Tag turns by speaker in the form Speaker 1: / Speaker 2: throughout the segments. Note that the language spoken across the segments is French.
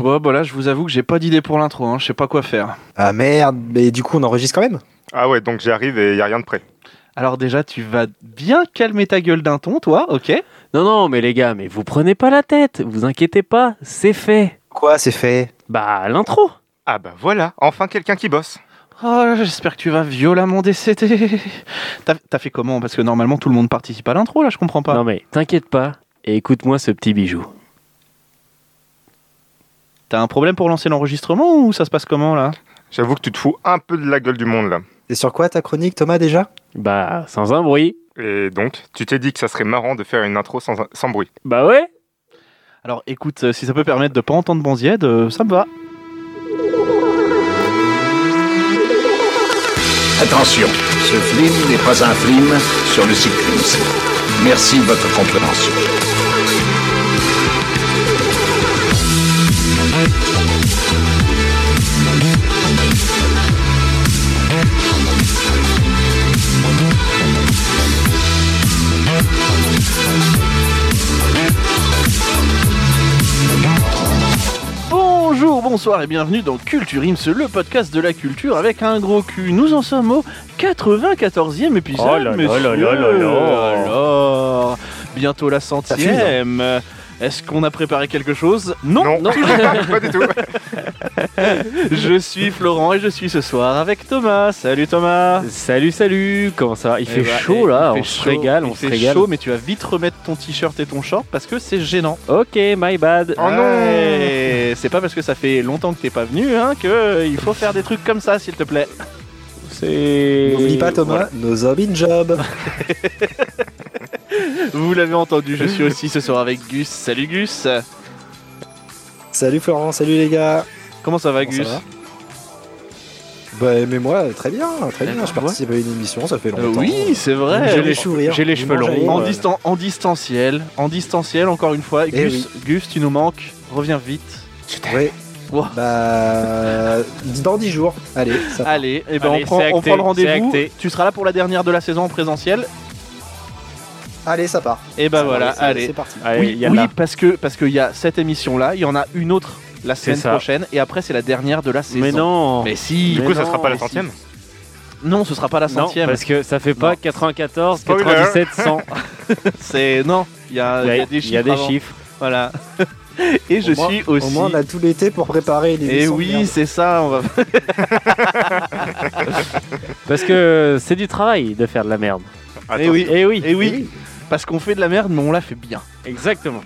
Speaker 1: Bon, bah là, je vous avoue que j'ai pas d'idée pour l'intro, hein. je sais pas quoi faire.
Speaker 2: Ah merde, mais du coup on enregistre quand même
Speaker 3: Ah ouais, donc j'arrive et il n'y a rien de prêt.
Speaker 1: Alors déjà, tu vas bien calmer ta gueule d'un ton, toi, ok
Speaker 4: Non, non, mais les gars, mais vous prenez pas la tête, vous inquiétez pas, c'est fait.
Speaker 2: Quoi, c'est fait
Speaker 4: Bah, l'intro
Speaker 3: Ah bah voilà, enfin quelqu'un qui bosse.
Speaker 1: Oh, j'espère que tu vas violemment décéder. T'as t'as fait comment Parce que normalement, tout le monde participe à l'intro, là, je comprends pas.
Speaker 4: Non, mais t'inquiète pas, et écoute-moi ce petit bijou.
Speaker 1: T'as un problème pour lancer l'enregistrement ou ça se passe comment, là
Speaker 3: J'avoue que tu te fous un peu de la gueule du monde là.
Speaker 2: C'est sur quoi ta chronique Thomas déjà
Speaker 4: Bah, sans un bruit.
Speaker 3: Et donc, tu t'es dit que ça serait marrant de faire une intro sans, sans bruit.
Speaker 4: Bah ouais
Speaker 1: Alors écoute, euh, si ça peut permettre de pas entendre Banzied, euh, ça me va.
Speaker 5: Attention, ce film n'est pas un film sur le cyclisme. Merci de votre compréhension.
Speaker 1: Bonjour, bonsoir et bienvenue dans Culture Ims, le podcast de la culture avec un gros cul. Nous en sommes au 94e épisode.
Speaker 4: Oh là là
Speaker 1: messieurs.
Speaker 4: là là là là.
Speaker 1: Alors, bientôt la centième. Est-ce qu'on a préparé quelque chose Non,
Speaker 3: Non. pas du tout.
Speaker 1: je suis Florent et je suis ce soir avec Thomas. Salut Thomas.
Speaker 4: Salut, salut Comment ça va Il fait
Speaker 1: Eh bah,
Speaker 4: chaud
Speaker 1: eh,
Speaker 4: là,
Speaker 1: il
Speaker 4: on
Speaker 1: fait
Speaker 4: se
Speaker 1: chaud,
Speaker 4: régale, on
Speaker 1: il
Speaker 4: se
Speaker 1: fait
Speaker 4: régale.
Speaker 1: chaud, mais tu vas vite remettre ton t-shirt et ton short parce que c'est gênant.
Speaker 4: Ok, my bad.
Speaker 3: Oh non.
Speaker 1: Ouais, C'est pas parce que ça fait longtemps que t'es pas venu hein, que euh, il faut faire des trucs comme ça, s'il te plaît.
Speaker 4: C'est.
Speaker 2: N'oublie pas Thomas, nos hommes in job
Speaker 1: Vous l'avez entendu, je suis aussi ce soir avec Gus. Salut Gus.
Speaker 2: Salut Florent, salut les gars
Speaker 1: Comment ça va
Speaker 2: Comment ça
Speaker 1: Gus
Speaker 2: va Bah mais moi très bien, très bien,
Speaker 1: D'accord,
Speaker 2: je participe à une émission, ça fait
Speaker 1: Eh ben, Euh,
Speaker 2: longtemps.
Speaker 1: Oui, c'est vrai.
Speaker 2: j'ai les cheveux euh.
Speaker 4: j'ai les cheveux longs.
Speaker 1: En,
Speaker 4: Ouais.
Speaker 1: distan- en distanciel, en distanciel encore une fois.
Speaker 2: Eh
Speaker 1: Gus, Gus, tu nous manques. Reviens vite.
Speaker 2: Ouais.
Speaker 1: Wow.
Speaker 2: Bah dans 10 jours, allez, ça va.
Speaker 1: Allez, eh ben
Speaker 4: Allez,
Speaker 1: on, prend,
Speaker 4: c'est
Speaker 1: on
Speaker 4: acté,
Speaker 1: prend le rendez-vous.
Speaker 4: c'est acté.
Speaker 1: Tu seras là pour la dernière de la saison en présentiel.
Speaker 2: allez, ça part.
Speaker 1: Et ben
Speaker 2: Ça va,
Speaker 1: voilà,
Speaker 2: c'est-
Speaker 1: allez.
Speaker 2: C'est parti.
Speaker 4: Allez,
Speaker 1: Oui,
Speaker 4: y a
Speaker 1: oui,
Speaker 4: là.
Speaker 1: parce que parce qu'il y a cette émission là, il y en a une autre la
Speaker 4: C'est
Speaker 1: semaine
Speaker 4: ça.
Speaker 1: prochaine et après c'est la dernière de la saison.
Speaker 4: Mais non
Speaker 1: Mais si.
Speaker 3: Du
Speaker 4: Mais
Speaker 3: coup, ça
Speaker 4: non,
Speaker 3: sera pas la
Speaker 4: mais si.
Speaker 3: centième.
Speaker 1: Non, ce sera pas la
Speaker 4: Non,
Speaker 1: centième.
Speaker 4: parce que ça fait pas 94,
Speaker 3: Spoiler.
Speaker 4: 97, 100.
Speaker 1: C'est non, Ah, il y a,
Speaker 4: Il y a-
Speaker 1: des
Speaker 4: il
Speaker 1: chiffres.
Speaker 4: y a des
Speaker 1: avant.
Speaker 4: chiffres.
Speaker 1: Voilà. et je
Speaker 2: Au moins-
Speaker 1: suis aussi.
Speaker 2: Au moins on a tout l'été pour préparer les
Speaker 1: et oui, c'est ça. On va.
Speaker 4: Parce que c'est du travail de faire de la merde.
Speaker 3: Attends,
Speaker 1: oui,
Speaker 4: Eh oui,
Speaker 1: et oui, parce qu'on fait de la merde, mais on la fait bien.
Speaker 4: exactement.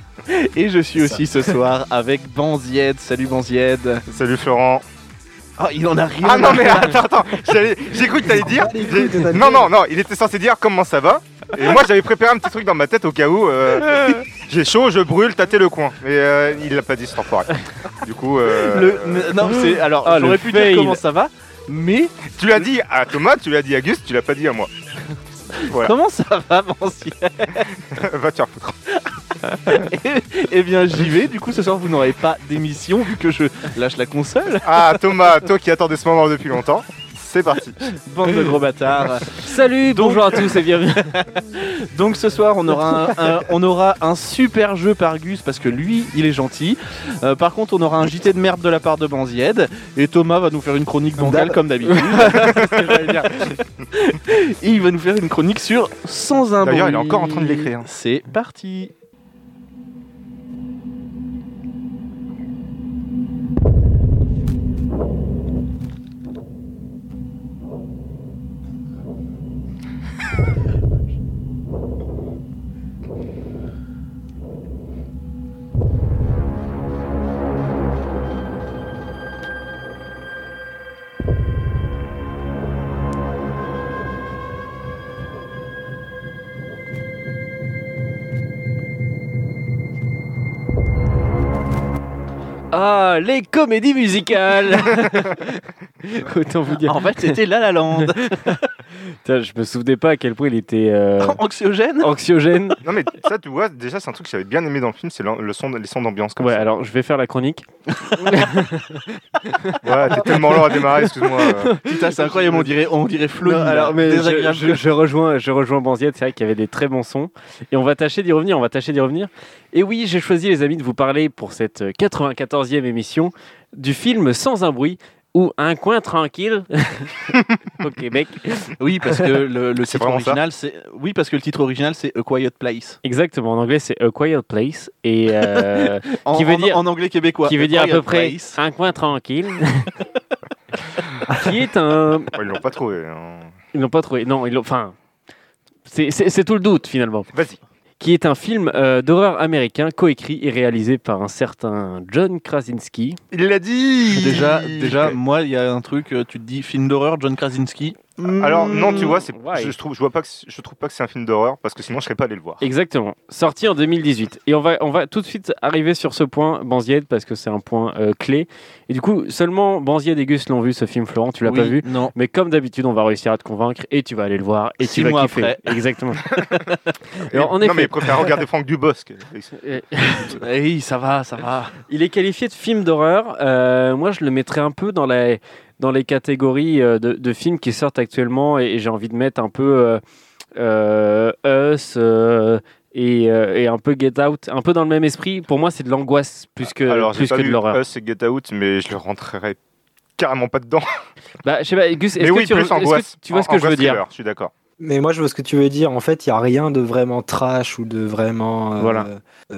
Speaker 1: Et je suis
Speaker 2: C'est ça.
Speaker 1: aussi ce soir avec Banzied. Salut Banzied.
Speaker 3: Salut Florent.
Speaker 1: Ah, il en a rien.
Speaker 3: Ah non mais attends, attends. j'allais- J'ai cru que t'allais dire.
Speaker 2: les couilles de
Speaker 3: j'ai-
Speaker 2: ta
Speaker 3: Non
Speaker 2: gueule.
Speaker 3: non non, il était censé dire comment ça va. Et moi j'avais préparé un petit truc dans ma tête au cas où. euh, J'ai chaud, je brûle, tâtez le coin. Mais euh, il l'a pas dit cet enfoiré. Du coup, euh,
Speaker 1: Le- non, c'est alors
Speaker 4: Ah, le
Speaker 1: j'aurais pu
Speaker 4: fail.
Speaker 1: dire comment ça va, mais
Speaker 3: tu l'as dit à Thomas, tu l'as dit à Gus, tu l'as pas dit à moi. Voilà.
Speaker 1: comment ça va, Banzied
Speaker 3: Va te faire foutre.
Speaker 1: Eh bien, j'y vais. Du coup, ce soir, vous n'aurez pas d'émission vu que je lâche la console.
Speaker 3: Ah Thomas, toi qui attendais ce moment depuis longtemps, c'est parti.
Speaker 1: Bande de gros bâtards.
Speaker 4: Salut,
Speaker 1: Donc-
Speaker 4: bonjour à tous et bienvenue.
Speaker 1: Donc ce soir, on aura un, un- on aura un super jeu par Gus parce que lui, il est gentil. Euh, par contre, on aura un JT de merde de la part de Banzied et Thomas va nous faire une chronique bancale
Speaker 2: d'hab.
Speaker 1: comme d'habitude. C'est ce que j'allais dire. et il va nous faire une chronique sur sans un
Speaker 3: D'ailleurs, il est
Speaker 1: bruit.
Speaker 3: encore en train de l'écrire.
Speaker 1: C'est parti.
Speaker 4: Ah, les comédies musicales Autant vous dire.
Speaker 1: En fait, c'était La La Land.
Speaker 4: Putain, je me souvenais pas à quel point il était euh,
Speaker 1: Anxiogène.
Speaker 4: anxiogène.
Speaker 3: Non mais ça tu vois déjà c'est un truc que j'avais bien aimé dans le film c'est le le son les sons d'ambiance comme
Speaker 4: Ouais, alors je vais faire la chronique.
Speaker 3: ça. Ouais t'es tellement lent à démarrer excuse-moi. euh.
Speaker 1: Putain, c'est incroyable. On dirait, on dirait Flo.
Speaker 4: Non, alors, mais je,
Speaker 1: désagréable.
Speaker 4: je- je rejoins, je rejoins Banziette, c'est vrai qu'il y avait des très bons sons. Et on va tâcher d'y revenir, on va tâcher d'y revenir. Et oui, j'ai choisi, les amis, de vous parler pour cette euh, 14e émission du film Sans un bruit ou Un coin tranquille au Québec.
Speaker 1: Oui, parce que le, le titre
Speaker 3: vraiment ça
Speaker 1: original, c'est oui parce que le titre original c'est A Quiet Place.
Speaker 4: Exactement, en anglais c'est A Quiet Place et euh,
Speaker 1: En,
Speaker 4: Qui veut
Speaker 1: en-
Speaker 4: dire-
Speaker 1: en anglais québécois.
Speaker 4: qui
Speaker 1: A
Speaker 4: veut dire à
Speaker 1: Quiet
Speaker 4: peu près
Speaker 1: Place.
Speaker 4: un coin tranquille. qui est un.
Speaker 3: Ouais, ils l'ont pas trouvé. hein.
Speaker 4: Ils l'ont pas trouvé. Non, ils l'ont. Enfin. c'est- C'est c'est tout le doute finalement.
Speaker 3: Vas-y.
Speaker 4: Qui est un film euh, d'horreur américain coécrit et réalisé par un certain John Krasinski.
Speaker 3: Il l'a dit
Speaker 1: Déjà, déjà, moi, il y a un truc. euh, Tu te dis film d'horreur, John Krasinski.
Speaker 3: Mmh. Alors non, tu vois, c'est,
Speaker 4: Ouais.
Speaker 3: je, je trouve, je vois pas que, c'est- je trouve pas que c'est un film d'horreur parce que sinon je serais pas allé le voir.
Speaker 4: Exactement. Sorti en 2018. Et on va, on va tout de suite arriver sur ce point, Banzied, parce que c'est un point euh, clé. Et du coup, seulement Banzied et Gus l'ont vu, ce film, Florent, tu l'as
Speaker 1: Oui,
Speaker 4: pas vu.
Speaker 1: Non.
Speaker 4: Mais comme d'habitude, on va réussir à te convaincre et tu vas aller le voir et
Speaker 1: Six
Speaker 4: tu vas
Speaker 1: mois
Speaker 4: kiffer.
Speaker 1: après.
Speaker 4: Exactement. Alors, en
Speaker 3: non
Speaker 4: effet-
Speaker 3: mais il préfère regarder Franck Dubosc.
Speaker 1: Eh Oui, ça va, ça va.
Speaker 4: Il est qualifié de film d'horreur. Euh, moi, je le mettrais un peu dans les, dans les catégories euh, de, de films qui sortent actuellement et, et j'ai envie de mettre un peu euh, euh, Us euh, et, euh, et un peu Get Out, un peu dans le même esprit. Pour moi, c'est de l'angoisse plus que,
Speaker 3: Alors j'ai
Speaker 4: plus
Speaker 3: pas
Speaker 4: que de
Speaker 3: vu
Speaker 4: l'horreur.
Speaker 3: Us et Get Out, mais je le rentrerai carrément pas dedans.
Speaker 4: Bah, je sais pas, Gus, est-ce
Speaker 3: Mais
Speaker 4: que,
Speaker 3: oui,
Speaker 4: tu,
Speaker 3: plus
Speaker 4: est-ce que
Speaker 3: angoisse.
Speaker 4: tu vois ce que je
Speaker 3: Angoisse
Speaker 4: veux dire
Speaker 3: thriller, Je suis d'accord.
Speaker 2: Mais moi, je vois ce que tu veux dire. En fait, il n'y a rien de vraiment trash ou de vraiment, euh,
Speaker 4: Voilà.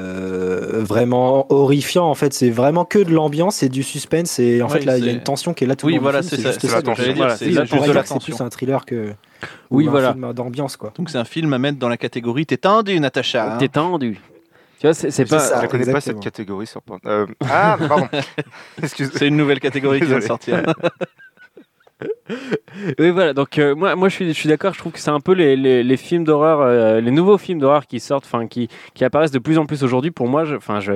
Speaker 2: euh, vraiment horrifiant. En fait, c'est vraiment que de l'ambiance et du suspense. Et en
Speaker 1: Ouais,
Speaker 2: fait, là, il y a
Speaker 1: c'est-
Speaker 2: une tension qui est là tout
Speaker 1: Oui,
Speaker 2: le long
Speaker 1: voilà,
Speaker 2: du
Speaker 1: c'est
Speaker 2: film,
Speaker 1: ça.
Speaker 2: juste
Speaker 1: C'est ça
Speaker 2: donc,
Speaker 1: que j'allais
Speaker 2: voilà,
Speaker 1: dire.
Speaker 4: c'est
Speaker 1: C'est
Speaker 2: on
Speaker 1: juste de
Speaker 2: pourrait dire que C'est
Speaker 1: l'attention.
Speaker 2: plus un thriller que
Speaker 4: Oui,
Speaker 2: ou un
Speaker 4: voilà.
Speaker 2: film d'ambiance, quoi.
Speaker 1: Donc c'est un film à mettre dans la catégorie t'es tendu, Natacha. hein.
Speaker 4: T'es tendu. Tu vois, c'est, c'est
Speaker 2: C'est
Speaker 4: pas.
Speaker 2: ça.
Speaker 3: je connais pas
Speaker 2: exactement.
Speaker 3: cette catégorie sur Porn- euh, Ah pardon. Excuse.
Speaker 1: C'est une nouvelle catégorie qui vient de sortir.
Speaker 4: Oui, voilà. Donc, euh, moi, moi je suis, je suis d'accord. Je trouve que c'est un peu les, les, les films d'horreur, euh, les nouveaux films d'horreur qui sortent, enfin, qui, qui apparaissent de plus en plus aujourd'hui. Pour moi, je, enfin, je,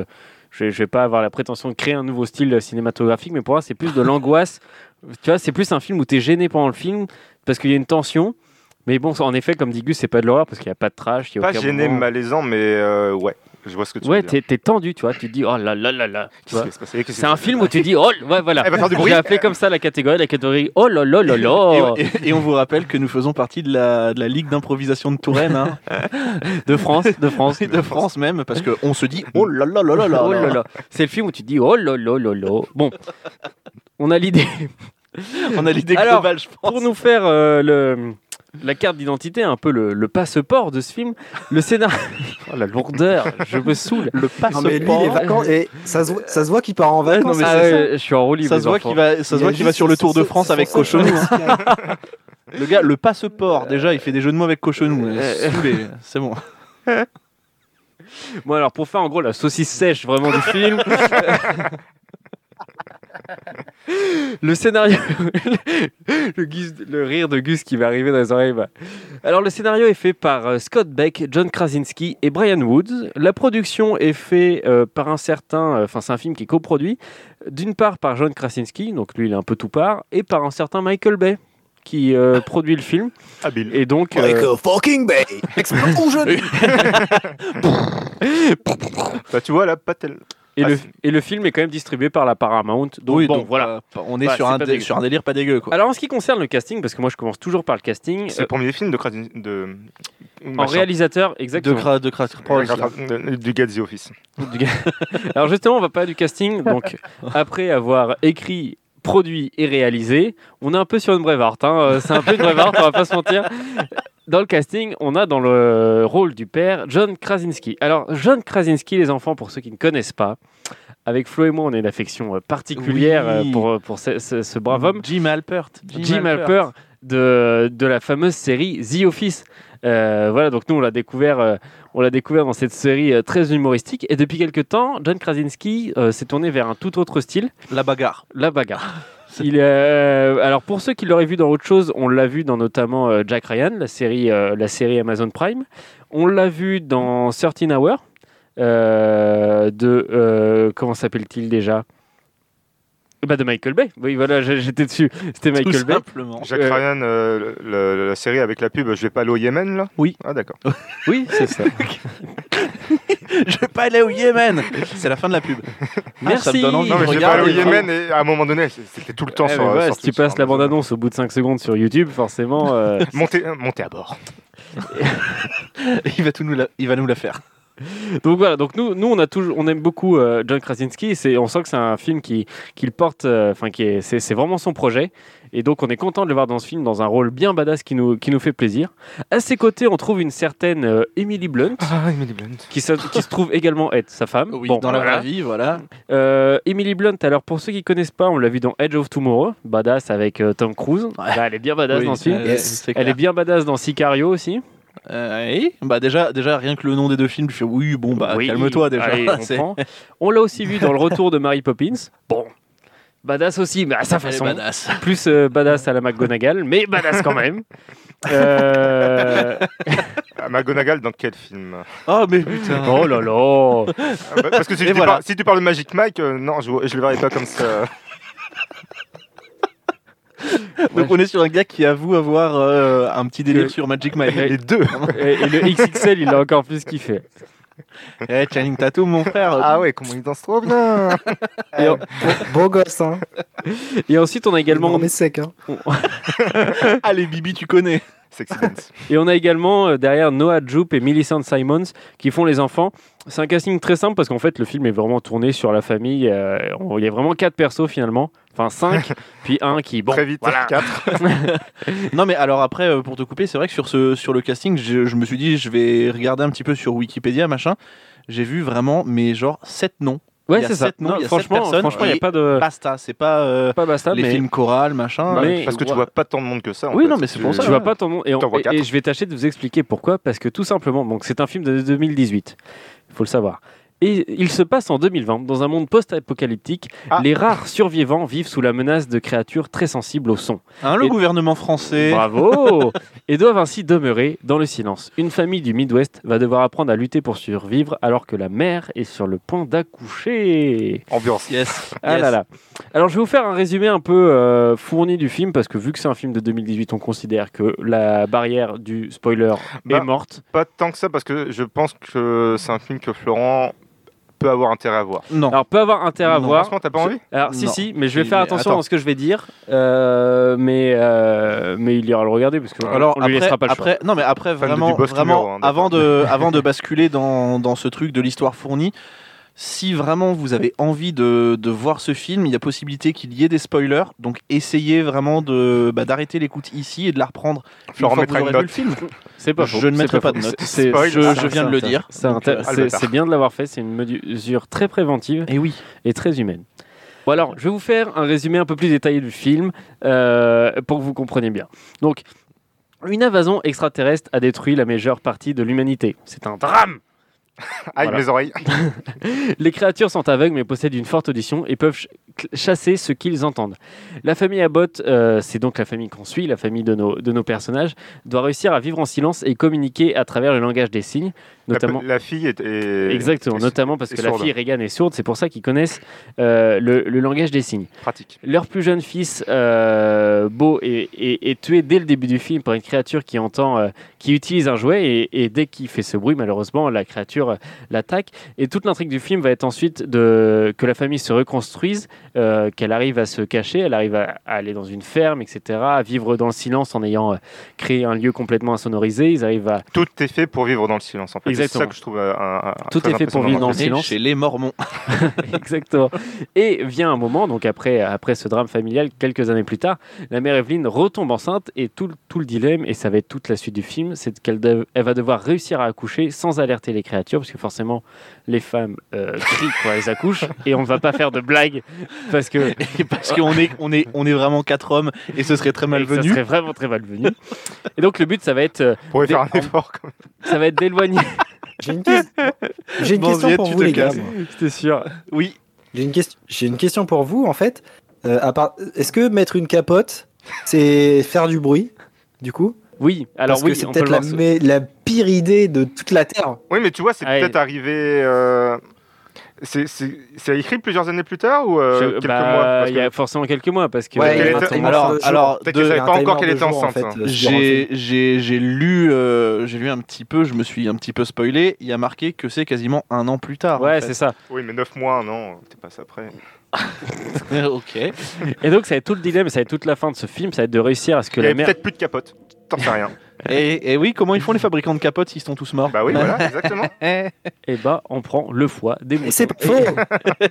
Speaker 4: je, je vais pas avoir la prétention de créer un nouveau style euh, cinématographique, mais pour moi, c'est plus de l'angoisse. tu vois, c'est plus un film où tu es gêné pendant le film parce qu'il y a une tension. Mais bon, en effet, comme dit Gus, c'est pas de l'horreur parce qu'il n'y a pas de trash. il y a
Speaker 3: Pas
Speaker 4: aucun
Speaker 3: gêné,
Speaker 4: moment-
Speaker 3: malaisant, mais euh, ouais, je vois ce que tu
Speaker 4: Ouais,
Speaker 3: veux dire.
Speaker 4: t'es t'es tendu, tu vois. Tu te dis, oh là là là là.
Speaker 3: Qu'est-ce
Speaker 4: tu vois.
Speaker 3: qui va se passer Qu'est-ce
Speaker 4: C'est
Speaker 3: qui-
Speaker 4: un film où tu dis, oh, ouais, voilà.
Speaker 3: Elle va faire du bruit.
Speaker 4: J'ai appelé comme ça la catégorie, la catégorie, oh là là là là.
Speaker 1: Et, et- et on vous rappelle que nous faisons partie de la, de la ligue d'improvisation de Touraine, hein,
Speaker 4: De France, de France.
Speaker 1: de France même, parce qu'on se dit oh là là là là là.
Speaker 4: Oh là là. C'est le film où tu te dis oh là là là là. Bon, on a l'idée.
Speaker 1: On a l'idée
Speaker 4: Alors,
Speaker 1: globale, je pense.
Speaker 4: Pour nous faire euh, le, la carte d'identité, un peu le, le passeport de ce film, le scénario. Oh la lourdeur, je me saoule.
Speaker 1: le
Speaker 2: Non, mais lui, les vacances, et ça se voit, ça se voit qu'il part en
Speaker 1: non,
Speaker 2: vacances.
Speaker 1: mais
Speaker 4: Ah
Speaker 1: c'est
Speaker 4: ouais, je suis en roue libre,
Speaker 1: Ça
Speaker 4: les
Speaker 1: se voit
Speaker 4: enfants.
Speaker 1: qu'il va, ça se voit qu'il va sur le Tour de France avec Cochonou. hein. Le gars, le passeport, déjà, il fait des jeux de mots avec Cochonou.
Speaker 4: Euh,
Speaker 1: Saoulé, C'est bon.
Speaker 4: Bon, alors pour faire en gros la saucisse sèche vraiment du film. le scénario. le, Gus- le rire de Gus qui va arriver dans les oreilles. bah. Alors le scénario est fait par euh, Scott Beck, John Krasinski et Brian Woods. La production est faite euh, par un certain. euh, Enfin, c'est un film qui est coproduit. D'une part par John Krasinski, donc lui il est un peu tout part, et par un certain Michael Bay qui euh, produit le film.
Speaker 3: Habile.
Speaker 4: Et donc. euh,
Speaker 2: fucking Bay,
Speaker 3: Bah, tu vois, là, pas tel.
Speaker 4: et,
Speaker 3: Ah,
Speaker 4: le,
Speaker 3: c'est-
Speaker 4: et le film est quand même distribué par la Paramount. Donc
Speaker 1: Oui,
Speaker 4: bon,
Speaker 1: donc,
Speaker 4: voilà.
Speaker 1: euh, On est
Speaker 4: Bah,
Speaker 1: sur
Speaker 4: c'est
Speaker 1: un
Speaker 4: pas
Speaker 1: dé-
Speaker 4: dégueu.
Speaker 1: sur un délire pas dégueu, quoi.
Speaker 4: Alors en ce qui concerne le casting, parce que moi je commence toujours par le casting,
Speaker 3: C'est
Speaker 4: euh,
Speaker 3: le premier film de Krasin- de
Speaker 4: en
Speaker 3: machin.
Speaker 4: réalisateur,
Speaker 1: De
Speaker 4: exactement.
Speaker 1: cra, de cra,
Speaker 3: Ouais,
Speaker 1: Prols, là.
Speaker 3: euh, du gars de The Office.
Speaker 4: Du gars. Alors justement, on va pas du casting. Donc après avoir écrit, produit et réalisé, on est un peu sur une Brevart. Hein. euh, C'est un peu une Brevart, on va pas se mentir. Dans le casting, on a dans le rôle du père John Krasinski. Alors John Krasinski, les enfants, pour ceux qui ne connaissent pas, avec Flo et moi, on a une affection euh, particulière
Speaker 1: Oui. Mmh.
Speaker 4: euh, pour, pour ce- ce- ce brave homme.
Speaker 1: Jim Alpert.
Speaker 4: Jim Halpert de, de la fameuse série The Office. Euh, voilà, donc nous on l'a découvert, euh, on l'a découvert dans cette série euh, très humoristique. Et depuis quelques temps, John Krasinski euh, s'est tourné vers un tout autre style,
Speaker 1: La bagarre.
Speaker 4: la bagarre. Il, euh, alors pour ceux qui l'auraient vu dans autre chose, on l'a vu dans notamment euh, Jack Ryan, la série, euh, la série Amazon Prime. On l'a vu dans 13 Hours euh, de euh, comment s'appelle-t-il déjà bah de Michael Bay. Oui voilà, j'- j'étais dessus. C'était
Speaker 1: Tout
Speaker 4: Michael Bay.
Speaker 1: simplement.
Speaker 3: Jacques
Speaker 4: Euh,
Speaker 3: Ryan, euh, le- le- la série avec la pub, je vais pas aller au Yémen, là
Speaker 4: Oui.
Speaker 3: Ah, d'accord.
Speaker 4: Oui, c'est ça.
Speaker 1: Je vais pas aller au Yémen. C'est la fin de la pub. Ah,
Speaker 4: Merci.
Speaker 1: ça me donne envie.
Speaker 3: Non, mais je vais pas
Speaker 1: Regarde,
Speaker 3: aller au
Speaker 1: les
Speaker 3: Yémen, et à un moment donné, c'était tout le temps
Speaker 4: Eh
Speaker 3: sur.
Speaker 4: ben voilà,
Speaker 3: sur
Speaker 4: si tu
Speaker 3: Twitter.
Speaker 4: passes la bande-annonce au bout de 5 secondes sur YouTube, forcément. euh,
Speaker 3: Montez, montez à bord.
Speaker 1: Il va, tout nous la, il va nous la faire.
Speaker 4: Donc voilà, donc nous, nous on, a toujours, on aime beaucoup euh, John Krasinski. et c'est- On sent que c'est un film qui, qui le porte, euh, enfin, qui est, c'est, c'est vraiment son projet. Et donc on est content de le voir dans ce film, dans un rôle bien badass qui nous, qui nous fait plaisir. À ses côtés, on trouve une certaine euh, Emily Blunt,
Speaker 3: Ah, Emily Blunt.
Speaker 4: qui se, qui se trouve également être sa femme.
Speaker 1: Oui,
Speaker 4: Bon,
Speaker 1: dans la
Speaker 4: voilà.
Speaker 1: vraie vie, voilà.
Speaker 4: Euh, Emily Blunt, alors pour ceux qui connaissent pas, on l'a vu dans Edge of Tomorrow, badass avec euh, Tom Cruise. Bah, elle est bien badass
Speaker 1: Oui,
Speaker 4: dans ce film.
Speaker 1: euh,
Speaker 2: Yes.
Speaker 1: c'est
Speaker 4: Elle
Speaker 1: clair.
Speaker 4: est bien badass dans Sicario aussi.
Speaker 1: Euh, oui. bah déjà, déjà, rien que le nom des deux films, tu fais oui, bon, bah
Speaker 4: Oui,
Speaker 1: calme-toi déjà.
Speaker 4: allez, on
Speaker 1: C'est-
Speaker 4: prend. on l'a aussi vu dans le retour de Mary Poppins. Bon, badass aussi, mais à sa
Speaker 1: elle est
Speaker 4: façon.
Speaker 1: badass.
Speaker 4: Plus euh, badass à la McGonagall, mais badass quand même. Euh,
Speaker 3: Ah, McGonagall dans quel film
Speaker 1: Oh, mais putain.
Speaker 4: Oh là là
Speaker 3: Ah, bah, Parce que si,
Speaker 1: Et
Speaker 3: tu
Speaker 1: voilà.
Speaker 3: parles, si tu parles de Magic Mike, euh, non, je, je le verrai pas comme ça. euh,
Speaker 1: Donc, on est sur un gars qui avoue avoir euh, un petit délire
Speaker 4: Que-
Speaker 1: sur Magic Mike.
Speaker 4: Ouais.
Speaker 3: Les deux.
Speaker 4: et, et le XXL, il a encore plus kiffé.
Speaker 1: Eh, Channing Tatum, mon frère.
Speaker 3: Ah ouais, comment il danse trop bien
Speaker 4: Et, en-
Speaker 2: Beau gosse, hein.
Speaker 4: et ensuite, on a également,
Speaker 2: On est sec, hein.
Speaker 1: Ah, les Bibi, tu connais.
Speaker 3: Sexy dance.
Speaker 4: et on a également euh, derrière Noah Jupe et Millicent Simons qui font les enfants. C'est un casting très simple parce qu'en fait, le film est vraiment tourné sur la famille. euh, on- Il y a vraiment quatre persos finalement. Enfin, cinq, puis un qui, bon,
Speaker 3: Très vite,
Speaker 4: voilà.
Speaker 3: 4.
Speaker 1: Non, mais alors après, euh, pour te couper, c'est vrai que sur, ce, sur le casting, je, je me suis dit, je vais regarder un petit peu sur Wikipédia, machin. J'ai vu vraiment, mais genre, 7 noms. Il
Speaker 4: Ouais,
Speaker 1: y a
Speaker 4: c'est ça.
Speaker 1: sept noms, il y a
Speaker 4: franchement,
Speaker 1: sept personnes
Speaker 4: franchement, il n'y
Speaker 1: et-
Speaker 4: a pas de.
Speaker 1: Basta, c'est pas euh,
Speaker 4: Pas basta,
Speaker 1: les
Speaker 4: mais.
Speaker 1: films chorales, machin.
Speaker 4: Mais-
Speaker 3: Parce que tu vois pas tant de monde que ça. en
Speaker 1: Oui,
Speaker 3: fait.
Speaker 1: non, mais c'est pour
Speaker 3: Tu-
Speaker 1: ça.
Speaker 4: Tu vois pas ton nom. Et, on-
Speaker 3: T'en vois
Speaker 4: et-
Speaker 3: quatre.
Speaker 4: et je vais tâcher de vous expliquer pourquoi. Parce que tout simplement, donc c'est un film de 2018. Il faut le savoir. Et il se passe en 2020, dans un monde post-apocalyptique.
Speaker 3: Ah.
Speaker 4: Les rares survivants vivent sous la menace de créatures très sensibles au son.
Speaker 1: Hein, le
Speaker 4: Et-
Speaker 1: gouvernement français.
Speaker 4: Bravo Et doivent ainsi demeurer dans le silence. Une famille du Midwest va devoir apprendre à lutter pour survivre alors que la mère est sur le point d'accoucher.
Speaker 3: Ambiance.
Speaker 1: Yes.
Speaker 4: Ah
Speaker 1: yes.
Speaker 4: là là. Alors je vais vous faire un résumé un peu euh, fourni du film parce que vu que c'est un film de 2018, on considère que la barrière du spoiler
Speaker 3: Bah,
Speaker 4: est morte.
Speaker 3: Pas tant que ça, parce que je pense que c'est un film que Florent peut avoir intérêt à voir.
Speaker 1: Non.
Speaker 4: Alors peut avoir intérêt à
Speaker 1: Non,
Speaker 4: voir.
Speaker 3: Franchement, t'as pas envie
Speaker 4: Alors si
Speaker 1: Non.
Speaker 4: si, mais je vais
Speaker 1: Oui,
Speaker 4: faire
Speaker 1: mais
Speaker 4: attention
Speaker 1: attends.
Speaker 4: à ce que je vais dire. Euh, mais euh, mais il ira le regarder parce que
Speaker 1: Alors
Speaker 4: on lui
Speaker 1: après,
Speaker 4: laissera pas le choix.
Speaker 1: après- non mais après
Speaker 3: Fan de
Speaker 1: vraiment,
Speaker 3: Dubosc
Speaker 1: vraiment
Speaker 3: numéro un, hein, d'accord.
Speaker 1: avant de avant de basculer dans, dans ce truc de l'histoire fournie, si vraiment vous avez envie de, de voir ce film, il y a possibilité qu'il y ait des spoilers, donc essayez vraiment de bah, d'arrêter l'écoute ici et de la reprendre. une
Speaker 3: Florent
Speaker 1: fois que vous
Speaker 3: mettra une
Speaker 1: aurez
Speaker 3: note.
Speaker 1: vu le film.
Speaker 4: C'est pas faux.
Speaker 1: je ne
Speaker 4: c'est
Speaker 1: mettrai pas
Speaker 4: faux.
Speaker 1: de note.
Speaker 4: C'est-
Speaker 3: Spoil,
Speaker 4: je,
Speaker 3: ah,
Speaker 4: je
Speaker 3: ça,
Speaker 4: viens de
Speaker 1: ça,
Speaker 4: le
Speaker 1: ça.
Speaker 4: dire. C'est
Speaker 1: Donc,
Speaker 4: intér-
Speaker 1: euh,
Speaker 4: c'est-
Speaker 3: Albatard.
Speaker 4: c'est bien de l'avoir fait. C'est une mesure très préventive.
Speaker 1: Et oui.
Speaker 4: et très humaine. Bon alors, je vais vous faire un résumé un peu plus détaillé du film euh, pour que vous compreniez bien. Donc, une invasion extraterrestre a détruit la majeure partie de l'humanité. C'est un drame.
Speaker 3: Aïe,
Speaker 4: Voilà.
Speaker 3: mes oreilles.
Speaker 4: Les créatures sont aveugles mais possèdent une forte audition et peuvent ch- cl- chasser ce qu'ils entendent. La famille Abbott, euh, c'est donc la famille qu'on suit, la famille de nos, de nos personnages, doit réussir à vivre en silence et communiquer à travers le langage des signes,
Speaker 3: La-
Speaker 4: notamment.
Speaker 3: La, fille est. est-
Speaker 4: Exactement,
Speaker 3: est
Speaker 4: notamment parce
Speaker 3: et
Speaker 4: que la
Speaker 3: sourde.
Speaker 4: fille Regan est sourde, c'est pour ça qu'ils connaissent euh, le- le langage des signes.
Speaker 3: Pratique.
Speaker 4: Leur plus jeune fils, euh, Beau, est, est- est tué dès le début du film par une créature qui entend, euh, qui utilise un jouet et, et dès qu'il fait ce bruit, malheureusement, la créature euh, l'attaque. Et toute l'intrigue du film va être ensuite de que la famille se reconstruise, euh, qu'elle arrive à se cacher, elle arrive à, à aller dans une ferme, etc., à vivre dans le silence en ayant euh, créé un lieu complètement insonorisé. Ils arrivent à
Speaker 3: Tout est fait pour vivre dans le silence, en fait. C'est
Speaker 4: Exactement.
Speaker 3: ça que je trouve. euh, un- un-
Speaker 4: Tout
Speaker 3: très
Speaker 4: est fait pour
Speaker 3: impressionnant
Speaker 4: vivre dans
Speaker 3: le
Speaker 4: le
Speaker 1: On est
Speaker 4: silence.
Speaker 1: Chez les Mormons.
Speaker 4: Exactement. Et vient un moment, donc après, après ce drame familial, quelques années plus tard, la mère Evelyne retombe enceinte et tout, le- tout le dilemme, et ça va être toute la suite du film, c'est qu'elle dev- elle va devoir réussir à accoucher sans alerter les créatures, parce que forcément, les femmes euh, crient quand elles accouchent, et on ne va pas faire de blagues, parce que
Speaker 1: Et parce qu'on est on est on est vraiment quatre hommes et ce serait très
Speaker 4: ça
Speaker 1: malvenu.
Speaker 4: serait vraiment très malvenu. Et donc le but, ça va être, euh,
Speaker 3: film. Pourrait faire un
Speaker 4: Des-
Speaker 3: effort. quand même.
Speaker 4: ça va être d'éloigner.
Speaker 2: J'ai une, ques- J'ai une
Speaker 1: Bon,
Speaker 2: question
Speaker 1: Ziad,
Speaker 2: pour
Speaker 1: tu
Speaker 2: vous,
Speaker 1: te
Speaker 2: les gars.
Speaker 1: casses.
Speaker 2: moi.
Speaker 4: C'était sûr.
Speaker 1: Oui.
Speaker 2: J'ai une, question- j'ai une question pour vous, en fait. Euh, à part... Est-ce que mettre une capote, c'est faire du bruit, du coup
Speaker 4: Oui, alors
Speaker 2: Parce
Speaker 4: oui,
Speaker 2: que c'est
Speaker 4: on peut
Speaker 2: peut-être
Speaker 4: le
Speaker 2: la,
Speaker 4: voir.
Speaker 2: mais- la pire idée de toute la Terre.
Speaker 3: Oui, mais tu vois, c'est
Speaker 4: Aïe.
Speaker 3: peut-être arrivé. euh, C'est c'est- c'est écrit plusieurs années plus tard ou euh,
Speaker 4: Je-
Speaker 3: quelques
Speaker 4: bah,
Speaker 3: mois parce
Speaker 4: il
Speaker 3: que-
Speaker 4: y a forcément quelques mois, parce que...
Speaker 2: Ouais,
Speaker 3: Quel
Speaker 2: il y a
Speaker 3: était-
Speaker 2: un timer
Speaker 1: alors-
Speaker 2: de jour.
Speaker 1: alors,
Speaker 3: Peut-être
Speaker 1: de-
Speaker 2: Il
Speaker 3: qu'elle
Speaker 2: y
Speaker 3: savait
Speaker 2: a un
Speaker 3: pas encore
Speaker 2: timer
Speaker 3: qu'elle
Speaker 2: de
Speaker 3: était
Speaker 2: jour, en
Speaker 3: enceinte.
Speaker 2: fait,
Speaker 3: hein.
Speaker 2: euh, sur un
Speaker 1: J'ai
Speaker 2: film.
Speaker 1: j'ai- j'ai lu, euh, j'ai lu un petit peu, je me suis un petit peu spoilé. Il y a marqué que c'est quasiment un an plus tard. en
Speaker 4: Ouais,
Speaker 1: fait.
Speaker 4: c'est ça.
Speaker 3: Oui, mais 9 mois, non, t'es passé après.
Speaker 1: ok.
Speaker 4: Et donc, ça va être tout le dilemme, ça va être toute la fin de ce film, ça va être de réussir à ce que
Speaker 3: Il y
Speaker 4: la
Speaker 3: avait
Speaker 4: mère...
Speaker 3: peut-être plus de capote. T'en sais rien.
Speaker 1: Et, et oui, comment ils font les fabricants de capotes s'ils sont tous morts Eh,
Speaker 3: Bah oui, voilà, exactement.
Speaker 4: Et bah, on prend le foie des moutons.
Speaker 2: C'est pas faux.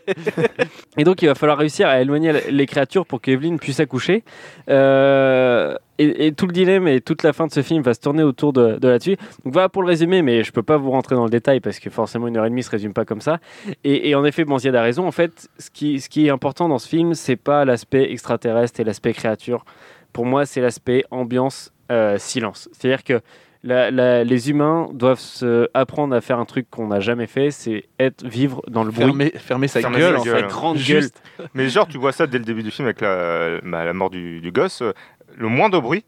Speaker 4: Et donc, il va falloir réussir à éloigner les créatures pour qu'Evelyne puisse accoucher. Euh, et, et tout le dilemme et toute la fin de ce film va se tourner autour de, de là-dessus. Donc, voilà pour le résumé, mais je peux pas vous rentrer dans le détail parce que forcément, une heure et demie se résume pas comme ça. Et, et en effet, bon, Ziad a raison. En fait, ce qui, ce qui est important dans ce film, c'est pas l'aspect extraterrestre et l'aspect créature. Pour moi, c'est l'aspect ambiance, euh, silence. C'est-à-dire que la- la- les humains doivent se apprendre à faire un truc qu'on n'a jamais fait, c'est être vivre dans le bruit.
Speaker 1: Fermer, fermer sa
Speaker 3: Fermer
Speaker 1: gueule,
Speaker 3: sa
Speaker 1: en
Speaker 3: gueule.
Speaker 1: fait.
Speaker 4: Sa grande
Speaker 1: Juste.
Speaker 4: gueule.
Speaker 3: Mais genre, tu vois ça dès le début du film avec la, bah, la mort du, du gosse. euh, Le moindre bruit,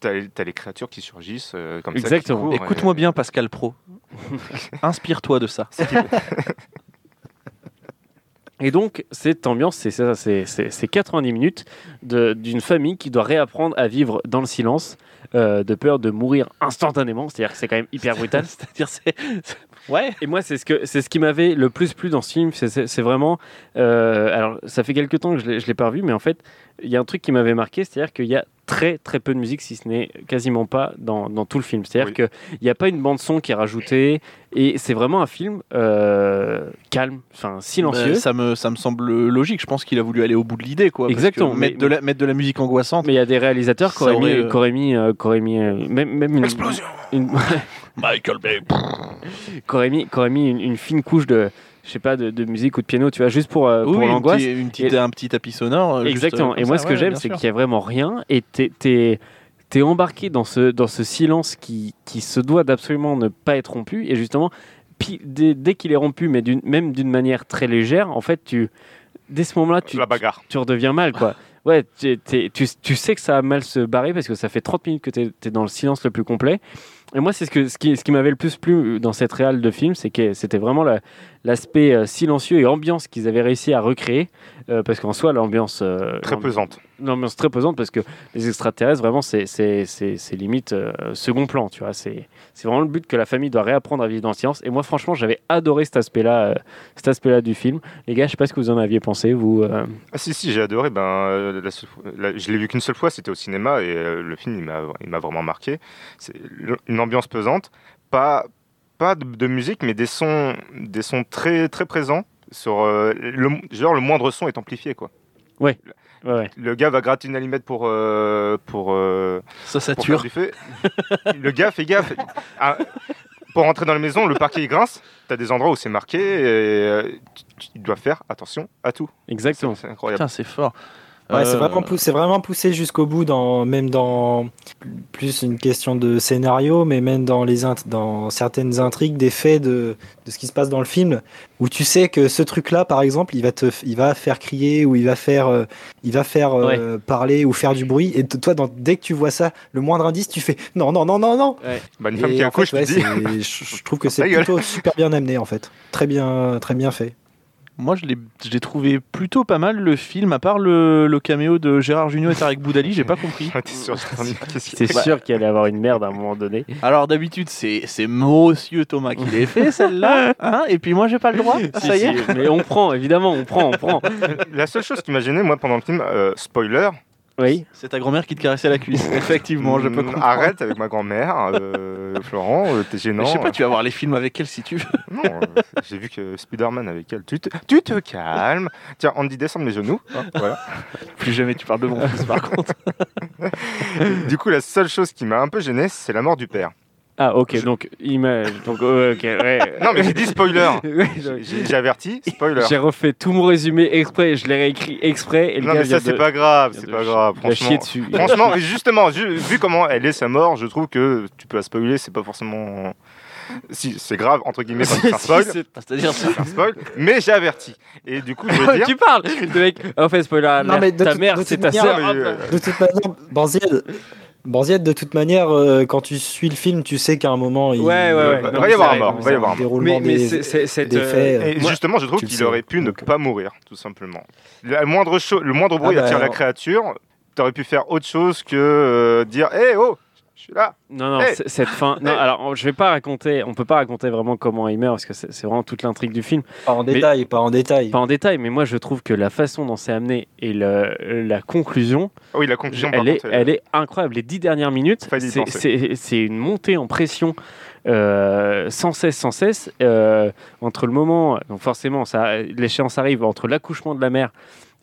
Speaker 3: t'as t'as les créatures qui surgissent euh, comme
Speaker 4: Exactement.
Speaker 3: ça. qui courent, euh,
Speaker 1: Écoute-moi
Speaker 3: et-
Speaker 1: bien, Pascal Pro. Inspire-toi de ça.
Speaker 4: Et donc, cette ambiance, c'est ça, c'est- c'est c'est 90 minutes de- d'une famille qui doit réapprendre à vivre dans le silence, euh, de peur de mourir instantanément. C'est-à-dire que c'est quand même hyper brutal.
Speaker 1: C'est-à-dire, c'est. Ouais.
Speaker 4: Et moi, c'est ce, que- c'est ce qui m'avait le plus plu dans ce film. C'est- C'est c'est vraiment. euh, alors, ça fait quelques temps que je ne l'ai pas revu, mais en fait, il y a un truc qui m'avait marqué, c'est-à-dire qu'il y a très très peu de musique, si ce n'est quasiment pas dans, dans tout le film. C'est-à-dire
Speaker 3: Oui.
Speaker 4: qu'il n'y a pas une bande-son qui est rajoutée. Et c'est vraiment un film euh, calme, enfin silencieux.
Speaker 1: Euh, ça, me, ça me semble logique. Je pense qu'il a voulu aller au bout de l'idée. quoi. parce que
Speaker 4: Exactement, mais-
Speaker 1: Mettre, de la, mettre de la musique angoissante.
Speaker 4: Mais il y a des réalisateurs qui
Speaker 1: Ça
Speaker 4: auraient mis,
Speaker 1: aurait, euh,
Speaker 4: qui auraient mis, euh, qui auraient mis, euh, même, même une explosion,
Speaker 1: Michael Bay.
Speaker 4: qui auraient mis, qui auraient mis une, une fine couche de, je sais pas, de, de musique ou de piano, tu vois, juste pour, euh,
Speaker 1: Oui,
Speaker 4: pour
Speaker 1: une
Speaker 4: l'angoisse.
Speaker 1: petite- une petite- un petit tapis sonore. euh, juste,
Speaker 4: Exactement.
Speaker 1: euh,
Speaker 4: Et
Speaker 1: comme
Speaker 4: moi,
Speaker 1: ça,
Speaker 4: ce que
Speaker 1: ouais,
Speaker 4: j'aime,
Speaker 1: bien
Speaker 4: c'est
Speaker 1: sûr.
Speaker 4: qu'il y a vraiment rien et t'es t'es t'es embarqué dans ce dans ce silence qui qui se doit d'absolument ne pas être rompu et justement pi- dès, dès qu'il est rompu, mais d'une même d'une manière très légère, en fait, tu dès ce moment-là, tu
Speaker 3: La bagarre.
Speaker 4: tu redeviens mal, quoi. Ouais, t'es- t'es- tu, tu sais que ça a mal se barrer parce que ça fait 30 minutes que tu es, dans le silence le plus complet. Et moi, c'est ce, que, ce qui, ce qui m'avait le plus plu dans cette réal de film, c'est que c'était vraiment la- l'aspect euh, silencieux et ambiance qu'ils avaient réussi à recréer. euh, parce qu'en soi, l'ambiance. euh,
Speaker 3: Très
Speaker 4: l'ambi-
Speaker 3: pesante.
Speaker 4: L'ambiance très pesante parce que les extraterrestres, vraiment, c'est- c'est c'est- c'est limite euh, second plan, tu vois. C'est c'est vraiment le but que la famille doit réapprendre à vivre dans le silence. Et moi, franchement, j'avais adoré cet aspect-là euh, cet aspect du film. Les gars, je sais pas ce que vous en aviez pensé, vous. euh,
Speaker 3: Ah si si j'ai adoré ben euh, la seule fois- la- je l'ai vu qu'une seule fois c'était au cinéma et euh, le film il m'a il m'a vraiment marqué c'est l- une ambiance pesante pas pas de, de musique mais des sons des sons très très présents sur euh, le genre le moindre son est amplifié quoi
Speaker 4: ouais, ouais.
Speaker 3: le gars va gratter une allumette pour euh, pour euh,
Speaker 1: Ça
Speaker 3: pour faire
Speaker 1: sature.
Speaker 3: du feu le gars fait gaffe Ah, pour rentrer dans la maison le parquet il grince t'as des endroits où c'est marqué et euh, tu, tu dois faire attention à tout
Speaker 4: Exactement.
Speaker 3: c'est incroyable
Speaker 1: Putain, c'est fort.
Speaker 2: Ouais, c'est
Speaker 1: Euh,
Speaker 2: vraiment poussé, c'est vraiment poussé jusqu'au bout dans même dans plus une question de scénario, mais même dans les int- dans certaines intrigues, des faits de, de ce qui se passe dans le film, où tu sais que ce truc-là, par exemple, il va te, f- il va faire crier ou il va faire, euh, il va faire euh, parler ou faire du bruit, et t- toi, dans- dès que tu vois ça, le moindre indice, tu fais non, non, non, non, non.
Speaker 3: Bah, une
Speaker 2: Et
Speaker 3: femme qui
Speaker 2: en
Speaker 3: accouche
Speaker 2: fait, ouais,
Speaker 3: tu dis
Speaker 2: c'est- je, je trouve que
Speaker 3: Ta
Speaker 2: c'est
Speaker 3: gueule.
Speaker 2: plutôt super bien amené en fait, très bien, très bien fait.
Speaker 1: Moi, je l'ai je l'ai trouvé plutôt pas mal le film, à part le, le caméo de Gérard Junior et Tarek Boudali, j'ai pas compris.
Speaker 3: Ah, t'es sûr, j'ai entendu. Qu'est-ce qu'il-
Speaker 4: C'est sûr qu'il allait avoir une merde à un moment donné.
Speaker 1: Alors d'habitude, c'est c'est monsieur Thomas qui l'ait fait celle-là, hein et puis moi j'ai pas le droit.
Speaker 3: Ah,
Speaker 1: ça y est.
Speaker 4: Mais on prend, évidemment, on prend, on prend.
Speaker 3: La seule chose qui m'a gêné, moi, pendant le film, euh, spoiler,
Speaker 4: Oui.
Speaker 1: C'est ta grand-mère qui te caressait la cuisse. Effectivement, je peux
Speaker 3: mm,
Speaker 1: comprendre.
Speaker 3: arrête avec ma grand-mère, euh, Florent, euh, t'es
Speaker 1: Mais
Speaker 3: gênant.
Speaker 1: je sais pas, tu vas voir les films avec elle si tu veux.
Speaker 3: Non, euh, j'ai vu que Spider-Man avec elle, tu te, tu te calmes. Tiens, Andy, descend de mes genoux. Hop, voilà.
Speaker 1: Plus jamais tu parles de mon fils par contre.
Speaker 3: Du coup, la seule chose qui m'a un peu gêné, c'est la mort du père.
Speaker 4: Ah, ok, donc, image. Donc, oh, ouais, ok, ouais.
Speaker 3: Non, mais j'ai dit spoiler.
Speaker 4: Ouais,
Speaker 3: J'ai-
Speaker 4: donc,
Speaker 3: J'ai j'ai averti, spoiler.
Speaker 4: J'ai refait tout mon résumé exprès, je l'ai réécrit exprès. Et le
Speaker 3: Non,
Speaker 4: gars
Speaker 3: mais ça,
Speaker 4: vient
Speaker 3: c'est
Speaker 4: de-
Speaker 3: pas grave,
Speaker 4: vient
Speaker 3: c'est
Speaker 4: de
Speaker 3: pas
Speaker 4: chi-
Speaker 3: grave,
Speaker 4: Il a chié
Speaker 3: franchement.
Speaker 4: dessus. Il a
Speaker 3: Franchement, et justement, ju- vu comment elle est sa mort, je trouve que tu peux la spoiler, c'est pas forcément. Si, c'est grave, entre guillemets, quand tu fais un spoil.
Speaker 1: C'est-à-dire ça.
Speaker 3: un spoil, mais j'ai averti. Et du coup, je veux dire.
Speaker 4: tu parles Le mec, en fait, spoiler,
Speaker 2: Non, mais de
Speaker 4: ta
Speaker 2: toute-
Speaker 4: mère,
Speaker 2: de
Speaker 4: c'est
Speaker 2: toute
Speaker 4: ta
Speaker 2: manière,
Speaker 4: sœur.
Speaker 3: mais, euh,
Speaker 2: De toute manière, Banziel, Banziel, de toute manière, euh, quand tu suis le film, tu sais qu'à un moment, il
Speaker 4: Ouais, ouais, ouais.
Speaker 3: va
Speaker 4: Non,
Speaker 3: y
Speaker 4: mais
Speaker 3: avoir
Speaker 4: c'est
Speaker 3: un
Speaker 4: vrai,
Speaker 3: mort, va
Speaker 4: non,
Speaker 3: y avoir un
Speaker 4: mais
Speaker 2: le
Speaker 3: mort.
Speaker 4: Mais,
Speaker 2: déroulement
Speaker 4: mais
Speaker 2: des-
Speaker 4: c'est- c'est- cette,
Speaker 2: des
Speaker 4: euh,
Speaker 2: faits, euh,
Speaker 3: Et
Speaker 4: moi-
Speaker 3: justement, je trouve
Speaker 2: tu le
Speaker 3: qu'il
Speaker 2: sais.
Speaker 3: aurait pu ne
Speaker 2: Donc-
Speaker 3: pas mourir, tout simplement. La moindre cho- le moindre bruit
Speaker 2: Ah bah
Speaker 3: attire la
Speaker 2: alors.
Speaker 3: créature. T'aurais pu faire autre chose que euh, dire Hé oh je suis là.
Speaker 4: Non, non,
Speaker 3: Hey
Speaker 4: c- cette fin. Non, alors on- je vais pas raconter. On peut pas raconter vraiment comment il meurt parce que c'est c'est vraiment toute l'intrigue du film.
Speaker 2: Pas en détail, pas en détail.
Speaker 4: Pas en détail, mais moi je trouve que la façon dont c'est amené et le- la conclusion,
Speaker 3: Ah oui, la conclusion, par
Speaker 4: elle, est,
Speaker 3: contre,
Speaker 4: elle est incroyable. Les dix dernières minutes,
Speaker 3: Fallait y
Speaker 4: c'est-
Speaker 3: penser.
Speaker 4: c'est c'est une montée en pression euh, sans cesse, sans cesse. euh, entre le moment, donc forcément, ça, l'échéance arrive entre l'accouchement de la mère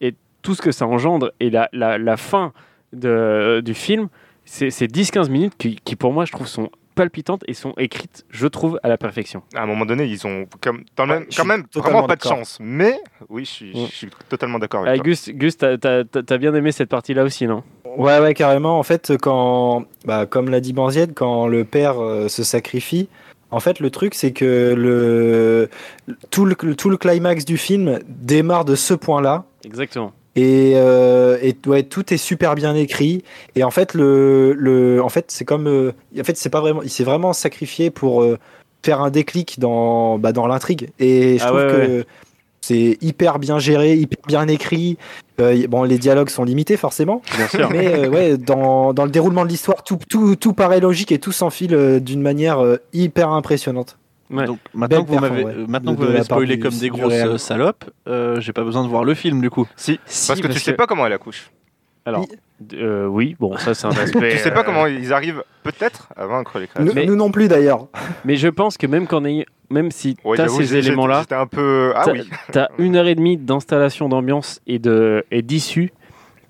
Speaker 4: et tout ce que ça engendre et la, la, la fin de, du film. C'est c'est 10-15 minutes qui, qui, pour moi, je trouve, sont palpitantes et sont écrites, je trouve, à la perfection.
Speaker 3: à un moment donné, ils ont comme, quand même,
Speaker 2: Ouais, Ah, je
Speaker 3: quand
Speaker 2: suis
Speaker 3: même vraiment
Speaker 2: totalement
Speaker 3: pas de
Speaker 2: d'accord.
Speaker 3: chance. Mais oui, je suis,
Speaker 4: Mm.
Speaker 3: je suis totalement d'accord
Speaker 4: Ah,
Speaker 3: avec toi.
Speaker 4: Gus, Gus t'as t'as- t'as- t'as bien aimé cette partie-là aussi, non
Speaker 2: Ouais, ouais, carrément. En fait, quand, bah, comme l'a dit Banzied, quand le père euh, se sacrifie, en fait, le truc, c'est que le, tout, le, tout le climax du film démarre de ce point-là.
Speaker 4: Exactement.
Speaker 2: Et, euh, et ouais, tout est super bien écrit. Et en fait, le, le, en fait, c'est comme, euh, en fait, c'est pas vraiment, il s'est vraiment sacrifié pour euh, faire un déclic dans, bah, dans l'intrigue. Et je
Speaker 4: Ah
Speaker 2: trouve
Speaker 4: ouais,
Speaker 2: que c'est hyper bien géré, hyper bien écrit. Euh, y- bon, les dialogues sont limités forcément,
Speaker 4: Bien sûr.
Speaker 2: mais euh, ouais, dans, dans le déroulement de l'histoire, tout, tout, tout paraît logique et tout s'enfile euh, d'une manière euh, hyper impressionnante.
Speaker 4: Ouais.
Speaker 1: Donc maintenant
Speaker 2: Belle
Speaker 1: que vous
Speaker 2: performance,
Speaker 1: m'avez
Speaker 2: ouais,
Speaker 1: euh, maintenant
Speaker 2: de-
Speaker 1: que vous
Speaker 2: de
Speaker 1: m'avez
Speaker 2: la part
Speaker 1: spoilé
Speaker 2: du-
Speaker 1: comme des
Speaker 2: du
Speaker 1: grosses
Speaker 2: réel.
Speaker 1: euh, salopes, euh, j'ai pas besoin de voir le film du coup.
Speaker 4: Si,
Speaker 3: Parce que tu sais pas comment elle accouche.
Speaker 4: Alors, euh, oui, bon, ça c'est un aspect.
Speaker 3: Tu sais
Speaker 4: euh,
Speaker 3: pas comment ils arrivent peut-être à vaincre les créatures.
Speaker 2: Nous,
Speaker 4: Ah, mais-
Speaker 2: nous non plus d'ailleurs.
Speaker 4: Mais je pense que même qu'en ayant- même si
Speaker 3: Ouais,
Speaker 4: t'as
Speaker 3: j'avoue,
Speaker 4: ces
Speaker 3: j'ai- j'ai-
Speaker 4: éléments-là,
Speaker 3: J'étais un peu. Ah
Speaker 4: t'as
Speaker 3: oui.
Speaker 4: t'as une heure et demie d'installation d'ambiance et de et d'issue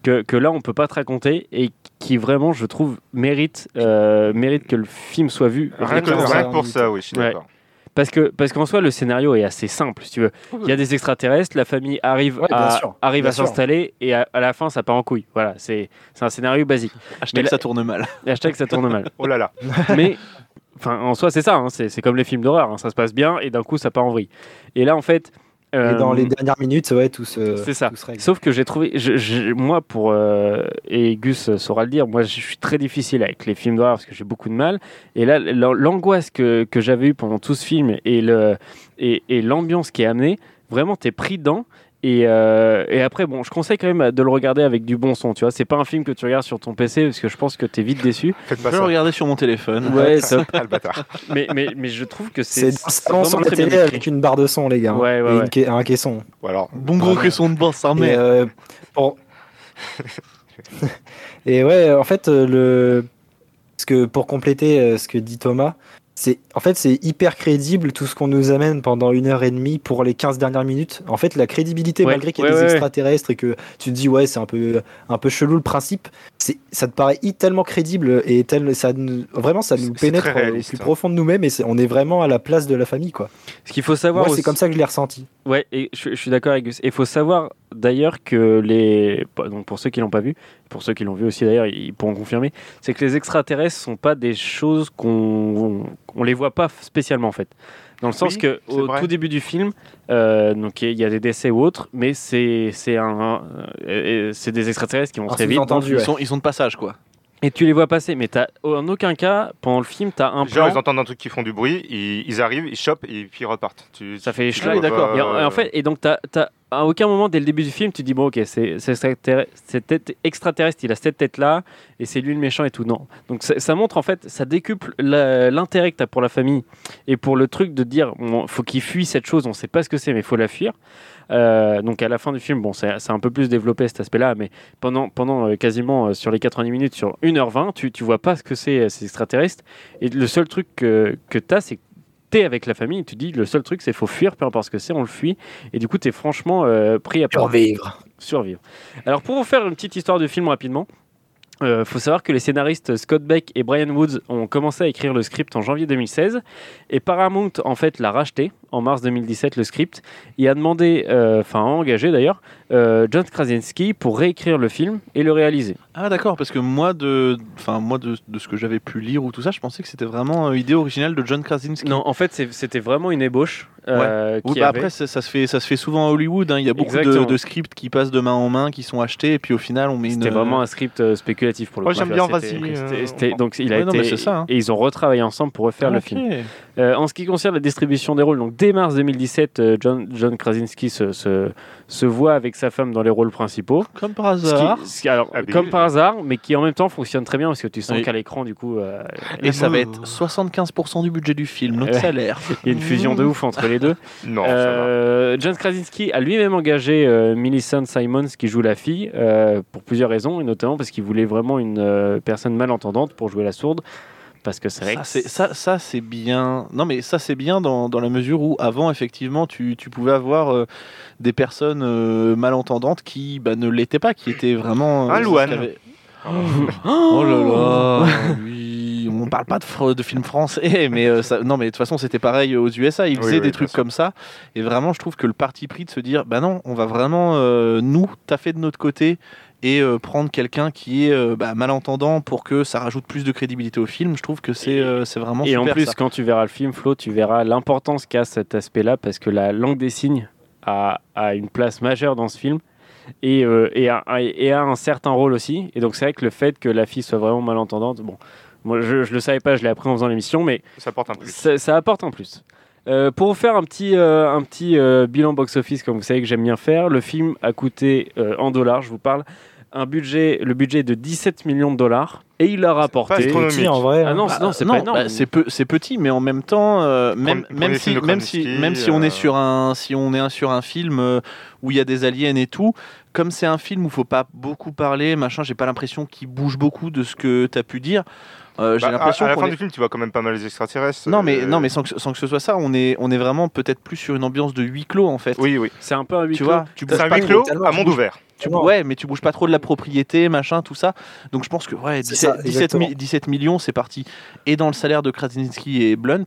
Speaker 4: que, que là on peut pas te raconter et qui vraiment je trouve mérite euh, mérite que le film soit vu
Speaker 3: Rien que
Speaker 2: pour
Speaker 3: rien
Speaker 2: ça.
Speaker 3: que pour ça, oui, je suis
Speaker 4: Ouais.
Speaker 3: d'accord.
Speaker 4: parce que parce qu'en soi le scénario est assez simple si tu veux il y a des extraterrestres la famille arrive
Speaker 2: Ouais, bien
Speaker 4: à
Speaker 2: sûr,
Speaker 4: arrive
Speaker 2: bien
Speaker 4: à
Speaker 2: sûr.
Speaker 4: s'installer et à, à la fin ça part en couille voilà c'est c'est un scénario basique
Speaker 1: Hashtag
Speaker 4: là-
Speaker 1: ça tourne mal.
Speaker 4: hashtag ça tourne mal
Speaker 3: Oh là là.
Speaker 4: mais enfin en soi c'est ça hein, c'est c'est comme les films d'horreur hein, ça se passe bien et d'un coup ça part en vrille et là en fait euh,
Speaker 2: et dans les dernières minutes, ouais, tout se,
Speaker 4: c'est ça.
Speaker 2: tout se règle.
Speaker 4: Sauf que j'ai trouvé, je- je- moi pour euh, et Gus saura le dire, moi je suis très difficile avec les films d'horreur parce que j'ai beaucoup de mal. Et là, l'an- l'angoisse que, que j'avais eue pendant tout ce film et le et, et l'ambiance qui est amenée, vraiment t'es pris dedans. Et, euh, et après, bon, je conseille quand même de le regarder avec du bon son, tu vois. C'est pas un film que tu regardes sur ton PC parce que je pense que t'es vite déçu. Euh,
Speaker 3: Faites
Speaker 1: Je
Speaker 3: pas
Speaker 1: vais le
Speaker 3: ça.
Speaker 1: regarder sur mon téléphone.
Speaker 4: Ouais, ça-
Speaker 3: Ah, le bâtard.
Speaker 4: mais, mais, mais je trouve que c'est.
Speaker 2: C'est dans le salon
Speaker 4: vraiment
Speaker 2: sur la
Speaker 4: très bien
Speaker 2: télé
Speaker 4: écrit.
Speaker 2: avec une barre de son, les gars. hein.
Speaker 4: Ouais, ouais,
Speaker 2: Et
Speaker 4: ouais.
Speaker 2: une ca- un caisson.
Speaker 3: Ou alors.
Speaker 1: Bon gros caisson de bain,
Speaker 3: Oh,
Speaker 1: ça
Speaker 2: Et,
Speaker 1: mais
Speaker 2: euh, pour- Et ouais, en fait, euh, le... ce que, pour compléter euh, ce que dit Thomas, c'est en fait c'est hyper crédible tout ce qu'on nous amène pendant une heure et demie pour les 15 dernières minutes. En fait, la crédibilité,
Speaker 4: Ouais,
Speaker 2: malgré qu'il y ait
Speaker 4: ouais,
Speaker 2: des
Speaker 4: ouais, ouais.
Speaker 2: extraterrestres et que tu te dis ouais c'est un peu un peu chelou le principe, c'est ça te paraît i- tellement crédible et tel, ça nous- vraiment ça
Speaker 3: C'est-
Speaker 2: nous
Speaker 3: c'est
Speaker 2: pénètre
Speaker 3: très
Speaker 2: euh,
Speaker 3: réaliste,
Speaker 2: au plus
Speaker 3: hein.
Speaker 2: profond de nous-mêmes et c'est- on est vraiment à la place de la famille quoi.
Speaker 4: Ce qu'il faut savoir
Speaker 2: Moi c'est
Speaker 4: aussi-
Speaker 2: comme ça que je l'ai ressenti.
Speaker 4: Ouais, et je, je suis d'accord avec Gus. Et il faut savoir d'ailleurs que les. pas- Donc pour ceux qui l'ont pas vu, pour ceux qui l'ont vu aussi d'ailleurs, ils pourront confirmer, c'est que les extraterrestres sont pas des choses qu'on. On les voit pas spécialement en fait. Dans le sens
Speaker 3: Oui,
Speaker 4: que
Speaker 3: c'est
Speaker 4: au
Speaker 3: vrai.
Speaker 4: tout début du film, euh, donc il y a des décès ou autres, mais c'est c'est un euh, euh, c'est des extraterrestres qui vont
Speaker 2: Un
Speaker 4: très vite.
Speaker 2: sous-entendu,
Speaker 1: ils
Speaker 2: ouais.
Speaker 1: sont ils sont de passage quoi.
Speaker 4: Et tu les vois passer, mais t'as en aucun cas pendant le film t'as un
Speaker 3: Genre,
Speaker 4: plan.
Speaker 3: ils entendent un truc qui font du bruit, ils, ils arrivent, ils chopent et puis ils repartent. Tu-
Speaker 4: Ça fait les
Speaker 3: tu-
Speaker 4: schlags,
Speaker 3: tu-
Speaker 1: d'accord.
Speaker 3: euh,
Speaker 4: Et en, et en fait, et donc, t'as, t'as- à aucun moment dès le début du film, tu dis bon, ok, c'est, c'est extraterrestre, c'est tête- extraterrestre, il a cette tête-là, et c'est lui le méchant et tout. Non. Donc, ça, ça montre en fait, ça décuple la- l'intérêt que t'as pour la famille et pour le truc de dire, bon, faut qu'il fuit cette chose, on sait pas ce que c'est, mais faut la fuir. Euh, donc, à la fin du film, bon, c'est, c'est un peu plus développé cet aspect-là, mais pendant, pendant euh, quasiment euh, sur les 90 minutes, sur 1h20, tu, tu vois pas ce que c'est euh, ces extraterrestres. Et le seul truc que, que t'as, c'est que t'es avec la famille, tu dis le seul truc c'est faut fuir, peu importe ce que c'est, on le fuit. Et du coup, t'es franchement euh, pris à part- survivre. Alors, pour vous faire une petite histoire de film rapidement, euh, faut savoir que les scénaristes Scott Beck et Brian Woods ont commencé à écrire le script en janvier 2016 et Paramount en fait l'a racheté en mars 2017 le script et a demandé, euh, enfin a engagé d'ailleurs, euh, John Krasinski pour réécrire le film et le réaliser.
Speaker 1: Ah d'accord, parce que moi de enfin moi de, de ce que j'avais pu lire ou tout ça, je pensais que c'était vraiment euh, idée originale de John Krasinski.
Speaker 4: Non, en fait c'est- c'était vraiment une ébauche. euh,
Speaker 1: Oui,
Speaker 4: qui
Speaker 1: bah
Speaker 4: avait-
Speaker 1: après ça, ça se fait ça se fait souvent à Hollywood. hein. Il y a beaucoup de,
Speaker 4: Exactement.
Speaker 1: de scripts qui passent de main en main, qui sont achetés et puis au final on met une.
Speaker 4: C'était vraiment un script euh, spéculatif pour le
Speaker 3: Moi,
Speaker 4: coup.
Speaker 3: j'aime
Speaker 4: Tu
Speaker 3: bien,
Speaker 4: vois, c'était-
Speaker 3: vas-y, euh,
Speaker 4: c'était- c'était-
Speaker 3: on-
Speaker 4: Donc il a
Speaker 1: Ouais, non,
Speaker 4: été
Speaker 1: mais c'est ça, hein.
Speaker 4: et ils ont retravaillé ensemble pour refaire le
Speaker 1: Ok.
Speaker 4: film. Euh, en ce qui concerne la distribution des rôles, donc dès mars 2017, euh, John, John Krasinski se, se, se voit avec sa femme dans les rôles principaux.
Speaker 1: Comme par
Speaker 4: Ce qui-
Speaker 1: hasard.
Speaker 4: ce qui- alors,
Speaker 3: Habile.
Speaker 4: comme par hasard, mais qui en même temps fonctionne très bien parce que tu sens
Speaker 1: Ah, Oui.
Speaker 4: qu'à l'écran, du coup, euh,
Speaker 1: Et ça va être 75% du budget du film, notre
Speaker 4: Eh Ouais.
Speaker 1: salaire.
Speaker 4: il y a une fusion de ouf entre les deux.
Speaker 3: Non,
Speaker 4: Euh, John Krasinski a lui-même engagé euh, Millicent Simons, qui joue la fille, euh, pour plusieurs raisons, et notamment parce qu'il voulait vraiment une euh, personne malentendante pour jouer la sourde. Parce que c'est vrai
Speaker 1: Ça
Speaker 4: que
Speaker 1: c'est, ça, ça, c'est bien. Non, mais ça, c'est bien dans, dans la mesure où, avant, effectivement, tu, tu pouvais avoir euh, des personnes euh, malentendantes qui bah, ne l'étaient pas, qui étaient vraiment. euh,
Speaker 3: Un
Speaker 1: qui
Speaker 3: Ah, Louane.
Speaker 1: avaient-
Speaker 3: ça va.
Speaker 1: Oh là là oui, On parle pas de, fr- de films français, mais euh, ça- non, mais de toute façon, c'était pareil aux USA. Ils
Speaker 3: Oui,
Speaker 1: faisaient
Speaker 3: oui,
Speaker 1: des
Speaker 3: bien
Speaker 1: trucs
Speaker 3: sûr.
Speaker 1: comme ça. Et vraiment, je trouve que le parti pris de se dire bah non, on va vraiment, euh, nous, taffer de notre côté et euh, prendre quelqu'un qui est euh, bah, malentendant pour que ça rajoute plus de crédibilité au film, je trouve que c'est, euh, c'est vraiment
Speaker 4: Et
Speaker 1: super.
Speaker 4: en plus,
Speaker 1: ça.
Speaker 4: quand tu verras le film, Flo, tu verras l'importance qu'a cet aspect-là, parce que la langue des signes a, a une place majeure dans ce film et, euh, et, a, et a un certain rôle aussi. Et donc, c'est vrai que le fait que la fille soit vraiment malentendante, bon, moi je, je le savais pas, je l'ai appris en faisant l'émission, mais
Speaker 3: Ça porte un plus.
Speaker 4: ça, ça apporte un plus. Euh, pour vous faire un petit, euh, un petit euh, bilan box-office, comme vous savez que j'aime bien faire, le film a coûté euh, en dollars, je vous parle, un budget, le budget est de 17 millions de dollars et il a rapporté.
Speaker 3: astronomique.
Speaker 2: Petit, en vrai.
Speaker 4: Ah
Speaker 2: hein.
Speaker 4: non,
Speaker 1: Bah,
Speaker 4: non, c'est pas énorme.
Speaker 1: bah, c'est peu- c'est petit, mais en même temps, euh, même,
Speaker 3: Premier
Speaker 1: même si,
Speaker 3: film de
Speaker 1: même si,
Speaker 3: Krasinski,
Speaker 1: même si on est
Speaker 3: euh,
Speaker 1: sur un, si on est un- sur un film euh, où il y a des aliens et tout, comme c'est un film où faut pas beaucoup parler, machin, j'ai pas l'impression qu'il bouge beaucoup de ce que t'as pu dire. Euh, j'ai
Speaker 3: Bah, à-
Speaker 1: l'impression
Speaker 3: à, la
Speaker 1: qu'on
Speaker 3: fin
Speaker 1: est-
Speaker 3: du film, tu vois quand même pas mal les extraterrestres.
Speaker 1: Non mais
Speaker 3: euh,
Speaker 1: non mais sans que, sans que ce soit ça, on est on est vraiment peut-être plus sur une ambiance de huis clos en fait.
Speaker 3: Oui, oui.
Speaker 4: C'est un peu un huis
Speaker 1: Tu
Speaker 4: clos.
Speaker 1: vois, tu bouges
Speaker 3: C'est un
Speaker 1: pas
Speaker 3: huis
Speaker 1: trop.
Speaker 3: clos
Speaker 2: totalement,
Speaker 3: à
Speaker 2: je
Speaker 3: monde
Speaker 2: bouge.
Speaker 3: ouvert.
Speaker 1: Tu-
Speaker 2: Non.
Speaker 1: ouais, mais tu bouges pas trop de la propriété, machin, tout ça. Donc je pense que ouais,
Speaker 2: C'est ça,
Speaker 1: 17, 17 mi- 17 millions, c'est parti. Et dans le salaire de Krasinski et Blunt,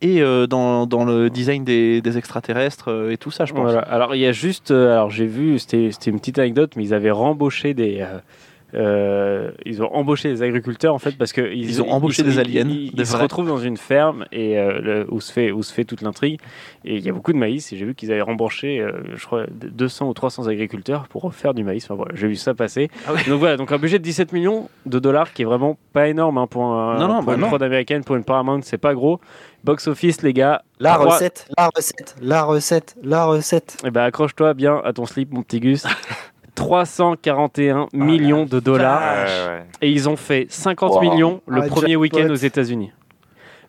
Speaker 1: et euh, dans, dans le design des, des extraterrestres euh, et tout ça, je pense.
Speaker 4: Voilà. Alors il y a juste, euh, alors j'ai vu, c'était c'était une petite anecdote, mais ils avaient rembauché des, euh, euh, ils ont embauché des agriculteurs en fait parce que ils,
Speaker 1: Ils ont embauché des aliens,
Speaker 4: Ils,
Speaker 1: des
Speaker 4: ils se
Speaker 1: vrais.
Speaker 4: retrouvent dans une ferme et euh, le- où se fait où se fait toute l'intrigue et il y a beaucoup de maïs et j'ai vu qu'ils avaient rembauché, euh, je crois, 200 ou 300 agriculteurs pour faire du maïs. Enfin voilà, j'ai vu ça passer.
Speaker 1: Ah ouais.
Speaker 4: Donc voilà, donc un budget de 17 millions de dollars qui est vraiment pas énorme hein, pour, un,
Speaker 1: Non, non,
Speaker 4: pour
Speaker 1: bah
Speaker 4: une
Speaker 1: non.
Speaker 4: prod américaine, pour une Paramount, c'est pas gros. Box office les gars,
Speaker 2: La
Speaker 4: trois-
Speaker 2: recette, la recette, la recette, la recette.
Speaker 4: eh ben, accroche-toi bien à ton slip, mon petit Gus. 341
Speaker 2: Ah,
Speaker 4: millions de dollars
Speaker 3: Ouais, ouais.
Speaker 4: et ils ont fait 50
Speaker 5: Wow.
Speaker 4: millions le
Speaker 2: Ah,
Speaker 4: premier
Speaker 2: jackpot.
Speaker 4: week-end aux États-Unis.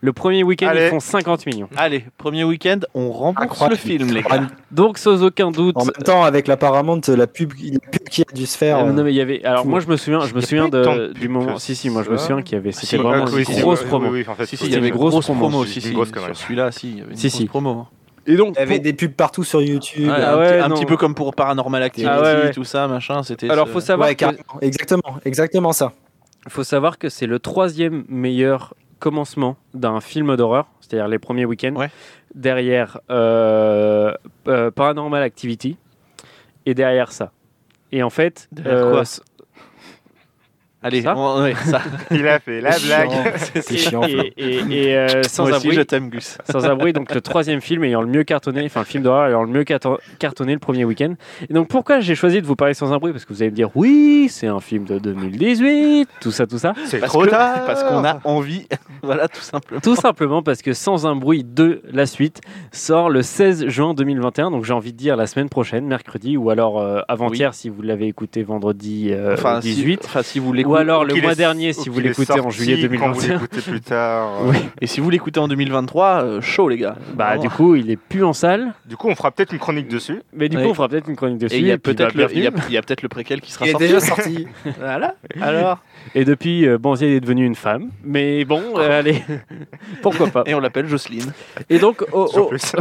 Speaker 4: Le premier week-end, ils
Speaker 3: Allez.
Speaker 4: font 50 millions.
Speaker 1: Allez, premier week-end, on rembourse
Speaker 2: Incroyable.
Speaker 1: le film, les gars.
Speaker 2: Incroyable.
Speaker 4: Donc, sans aucun doute.
Speaker 2: En même temps, avec la Paramount, la pub, la pub qui a dû se faire.
Speaker 4: euh, non,
Speaker 2: euh,
Speaker 4: mais il y avait. Alors,
Speaker 2: Fou.
Speaker 4: moi, je me souviens, je me
Speaker 3: Il y a
Speaker 4: souviens
Speaker 3: pas eu tant de
Speaker 4: de,
Speaker 3: pubs
Speaker 4: du moment.
Speaker 3: que
Speaker 4: Si, si, moi, je me
Speaker 3: ça.
Speaker 4: souviens qu'il y avait. C'était
Speaker 1: Si,
Speaker 4: vraiment
Speaker 3: Ah,
Speaker 4: une
Speaker 3: oui, si,
Speaker 4: grosse
Speaker 3: oui,
Speaker 4: promo.
Speaker 3: oui, oui, en fait,
Speaker 1: Si, si,
Speaker 3: oui,
Speaker 1: il y avait
Speaker 3: oui.
Speaker 1: une grosse promo,
Speaker 3: si,
Speaker 1: si,
Speaker 3: une
Speaker 1: si,
Speaker 3: grosse
Speaker 1: sur
Speaker 3: connerie.
Speaker 1: celui-là, si, il y avait une
Speaker 4: Si,
Speaker 1: grosse
Speaker 4: si.
Speaker 1: promo.
Speaker 4: Et donc,
Speaker 2: Il y avait
Speaker 4: pour-
Speaker 2: des pubs partout sur YouTube.
Speaker 1: Ouais,
Speaker 4: Ah
Speaker 1: un,
Speaker 4: ouais,
Speaker 1: petit, un
Speaker 4: non.
Speaker 1: petit peu comme pour Paranormal Activity,
Speaker 4: Ah ouais, ouais.
Speaker 1: tout ça, machin, c'était...
Speaker 4: alors,
Speaker 1: ce-
Speaker 4: faut savoir
Speaker 2: Ouais,
Speaker 4: que
Speaker 2: carrément. Exactement, exactement ça.
Speaker 4: Il faut savoir que c'est le troisième meilleur commencement d'un film d'horreur, c'est-à-dire les premiers week-ends,
Speaker 1: Ouais.
Speaker 4: derrière euh, euh, Paranormal Activity et derrière ça. Et en fait, euh,
Speaker 1: Derrière quoi
Speaker 4: c-
Speaker 1: Allez,
Speaker 4: ça
Speaker 1: on- ouais, ça.
Speaker 3: Il a fait la blague.
Speaker 2: C'est chiant. Flo.
Speaker 4: et, et- et, euh, sans
Speaker 1: Moi aussi,
Speaker 4: abri,
Speaker 1: je t'aime, Gus.
Speaker 4: sans abri, donc le troisième film ayant le mieux cartonné, enfin le film d'horreur ayant le mieux carton- cartonné le premier week-end. Et donc pourquoi j'ai choisi de vous parler sans abri Parce que vous allez me dire oui, c'est un film de 2018, tout ça, tout ça.
Speaker 3: C'est
Speaker 1: Parce
Speaker 3: trop
Speaker 1: que-
Speaker 3: tard.
Speaker 1: Parce qu'on a envie, voilà, tout simplement.
Speaker 4: Tout simplement parce que Sans un bruit 2, la suite, sort le 16 juin 2021. Donc j'ai envie de dire la semaine prochaine, mercredi, ou alors euh, avant-hier si vous l'avez écouté vendredi euh,
Speaker 1: Enfin, si-
Speaker 4: 18.
Speaker 1: enfin, si vous
Speaker 4: Ou
Speaker 1: l'écoutez...
Speaker 4: alors le
Speaker 3: Qu'il
Speaker 4: mois
Speaker 3: est-
Speaker 4: dernier
Speaker 3: ou
Speaker 4: si vous
Speaker 3: qu'il est
Speaker 4: l'écoutez en
Speaker 3: sorti,
Speaker 4: juillet
Speaker 3: Quand vous
Speaker 4: 2021.
Speaker 3: l'écoutez plus tard. euh,
Speaker 4: Oui.
Speaker 1: Et si vous l'écoutez en 2023, euh, chaud les gars.
Speaker 4: Bah
Speaker 1: Vraiment.
Speaker 4: du coup il est plus en salle,
Speaker 3: Du coup, on fera peut-être une chronique dessus.
Speaker 4: mais du
Speaker 1: Oui.
Speaker 4: coup on fera peut-être une chronique dessus.
Speaker 1: Et il y a
Speaker 4: puis,
Speaker 1: peut-être
Speaker 4: bah,
Speaker 1: le, il y a-
Speaker 4: bienvenue.
Speaker 1: il y a peut-être le préquel qui sera
Speaker 2: Il est
Speaker 1: sorti.
Speaker 2: déjà sorti.
Speaker 1: Voilà. Alors.
Speaker 4: Et depuis euh, Banzier est devenu une femme, mais bon euh, allez pourquoi pas.
Speaker 1: Ah. Et on l'appelle Jocelyne.
Speaker 4: Et donc au-
Speaker 3: en
Speaker 4: au,
Speaker 3: plus.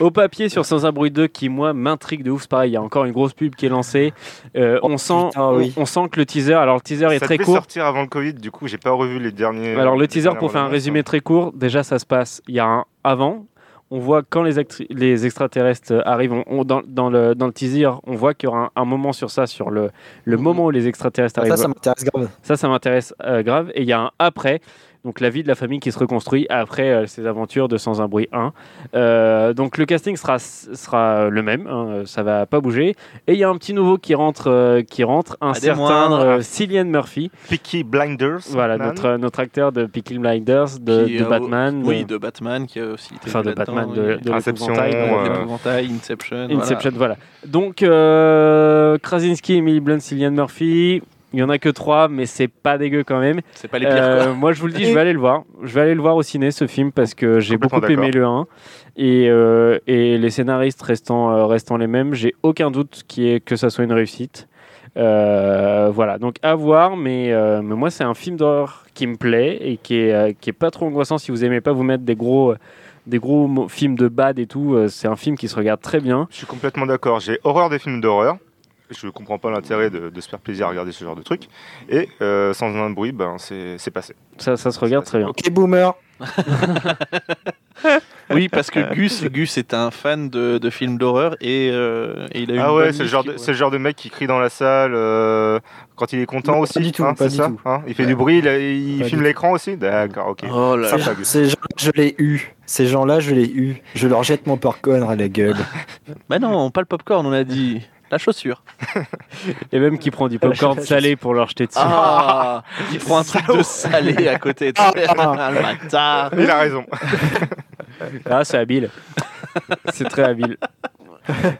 Speaker 4: Au papier sur Sans un bruit 2 qui moi m'intrigue de ouf, c'est pareil, il y a encore une grosse pub qui est lancée. Euh,
Speaker 1: Oh,
Speaker 4: on sent
Speaker 2: putain, oui.
Speaker 4: on, on sent que le teaser, alors le teaser est
Speaker 3: ça
Speaker 4: très
Speaker 3: devait
Speaker 4: court.
Speaker 3: sortir avant le Covid, du coup, j'ai pas revu les derniers.
Speaker 4: Alors le
Speaker 3: les
Speaker 4: teaser
Speaker 3: dernières
Speaker 4: pour faire un
Speaker 3: relances.
Speaker 4: résumé très court, déjà ça se passe, il y a un avant, on voit quand les, actri- les extraterrestres euh, arrivent, on- on- dans, dans le, dans le teaser, on voit qu'il y aura un, un moment sur ça, sur le, le moment où les extraterrestres
Speaker 2: Ah, Ça,
Speaker 4: arrivent.
Speaker 2: ça m'intéresse grave.
Speaker 4: Ça, ça m'intéresse euh, grave. Et il y a un après Donc la vie de la famille qui se reconstruit après euh, ces aventures de Sans un bruit 1. Euh, donc le casting sera, sera le même, hein, ça va pas bouger. Et il y a un petit nouveau qui rentre, euh, qui rentre un
Speaker 1: des
Speaker 4: certain
Speaker 1: moindres.
Speaker 4: euh, Cillian Murphy,
Speaker 3: Peaky Blinders.
Speaker 4: voilà
Speaker 3: Man.
Speaker 4: notre, notre acteur de Peaky Blinders, de,
Speaker 1: Qui,
Speaker 4: de
Speaker 1: euh,
Speaker 4: Batman,
Speaker 1: Oui,
Speaker 4: de-
Speaker 1: de Batman qui a aussi été.
Speaker 4: enfin de
Speaker 1: là-dedans,
Speaker 4: Batman,
Speaker 1: oui.
Speaker 4: de, de
Speaker 3: Inception,
Speaker 4: l'épouvantail, de-
Speaker 1: Ouais,
Speaker 3: euh,
Speaker 1: L'épouvantail, Inception. voilà.
Speaker 4: Inception, voilà. Donc, euh, Krasinski, Emily Blunt, Cillian Murphy. Il y en a que trois, mais c'est pas dégueu quand même.
Speaker 1: C'est pas les pires,
Speaker 4: Euh, moi, je vous le dis, je vais aller le voir. Je vais aller le voir au ciné, ce film, parce que j'ai
Speaker 3: Complètement
Speaker 4: beaucoup aimé le 1. Et, euh, et les scénaristes restant, euh, restant les mêmes, j'ai aucun doute qu'il y ait- que ça soit une réussite. Euh, voilà, donc à voir, mais, euh, mais moi, c'est un film d'horreur qui me plaît et qui est, euh, qui est pas trop angoissant. Si vous aimez pas vous mettre des gros, euh, des gros mo- films de bad et tout, euh, c'est un film qui se regarde très bien.
Speaker 3: Je suis complètement d'accord. J'ai horreur des films d'horreur. Je comprends pas l'intérêt de, de se faire plaisir à regarder ce genre de truc. Et euh, sans un bruit, ben, c'est c'est passé.
Speaker 4: Ça, ça se regarde très bien.
Speaker 2: Ok, boomer.
Speaker 1: quoi. Oui, parce que Gus, Gus est un fan de, de films d'horreur et, euh, et il a eu.
Speaker 3: Ah
Speaker 1: une
Speaker 3: ouais,
Speaker 1: bonne
Speaker 3: c'est le,
Speaker 1: liste
Speaker 3: genre
Speaker 1: qui-
Speaker 3: de, c'est le genre de mec qui crie dans la salle euh, quand il est content
Speaker 2: Pas
Speaker 3: aussi.
Speaker 2: du tout,
Speaker 3: hein,
Speaker 2: pas
Speaker 3: c'est
Speaker 2: du
Speaker 3: ça
Speaker 2: tout.
Speaker 3: hein il fait du bruit, il, il
Speaker 2: Pas
Speaker 3: filme
Speaker 2: du
Speaker 3: l'écran aussi D'accord, ok.
Speaker 1: Oh là
Speaker 3: Ça,
Speaker 1: là.
Speaker 3: ça goûte.
Speaker 2: Ces gens-là, je l'ai eu. Ces gens-là, je l'ai eu. Je leur jette mon popcorn à la gueule.
Speaker 1: Bah non, pas le popcorn, on a dit. La chaussure.
Speaker 4: Et même qui prend du popcorn salé pour leur jeter dessus.
Speaker 1: Ah Il prend un truc de salé à côté. de- Ah, le bâtard.
Speaker 3: Il a raison.
Speaker 4: Ah, c'est habile. c'est très habile.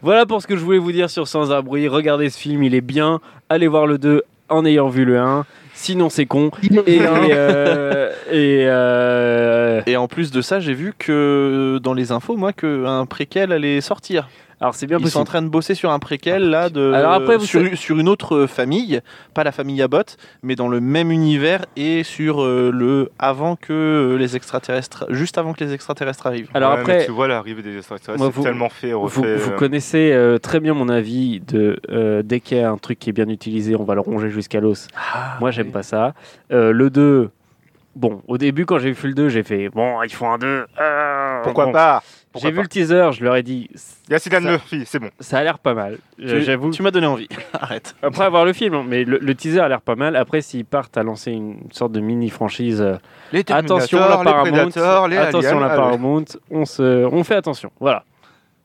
Speaker 4: voilà pour ce que je voulais vous dire sur Sans Abri. Regardez ce film, il est bien. Allez voir le 2 en ayant vu le 1. Sinon, c'est con. Et, euh, et euh,
Speaker 1: Et en plus de ça, j'ai vu que euh, dans les infos, moi, qu'un préquel allait sortir.
Speaker 4: alors, c'est bien
Speaker 1: Ils sont en
Speaker 4: possible.
Speaker 1: train de bosser sur un préquel là de
Speaker 4: Alors après, vous
Speaker 1: sur, sur une autre famille, pas la famille Abbott, mais dans le même univers et sur euh, le avant que euh, les extraterrestres, juste avant que les extraterrestres arrivent.
Speaker 4: Alors
Speaker 3: Ouais, mais
Speaker 4: après,
Speaker 3: tu vois l'arrivée des extraterrestres,
Speaker 4: moi,
Speaker 3: c'est
Speaker 4: vous-
Speaker 3: tellement fait,
Speaker 4: vous,
Speaker 3: refait,
Speaker 4: vous
Speaker 3: euh,
Speaker 4: connaissez euh, très bien mon avis de euh, dès qu'il y a un truc qui est bien utilisé, on va le ronger jusqu'à l'os.
Speaker 3: Ah,
Speaker 4: Moi, j'aime pas ça. Euh, le 2, bon, au début, quand j'ai vu le 2, j'ai fait bon, il faut un 2. euh,
Speaker 3: Pourquoi
Speaker 4: bon.
Speaker 3: pas Pourquoi
Speaker 4: J'ai vu le teaser, je leur ai dit
Speaker 3: Il y a Cillian
Speaker 4: ça-
Speaker 3: Murphy, c'est bon.
Speaker 4: ça a l'air pas mal. Euh,
Speaker 1: Tu-
Speaker 4: J'avoue.
Speaker 1: Tu m'as donné envie. Arrête.
Speaker 4: Après avoir le film, hein, mais le, le teaser a l'air pas mal. Après, s'ils partent à lancer une sorte de mini franchise, euh,
Speaker 3: Les
Speaker 1: Ah,
Speaker 4: attention la
Speaker 3: Terminator, les
Speaker 4: Paramount,
Speaker 3: Predator, les
Speaker 4: attention
Speaker 3: aliens,
Speaker 4: la
Speaker 3: ah,
Speaker 4: Paramount, on se, on fait attention. Voilà.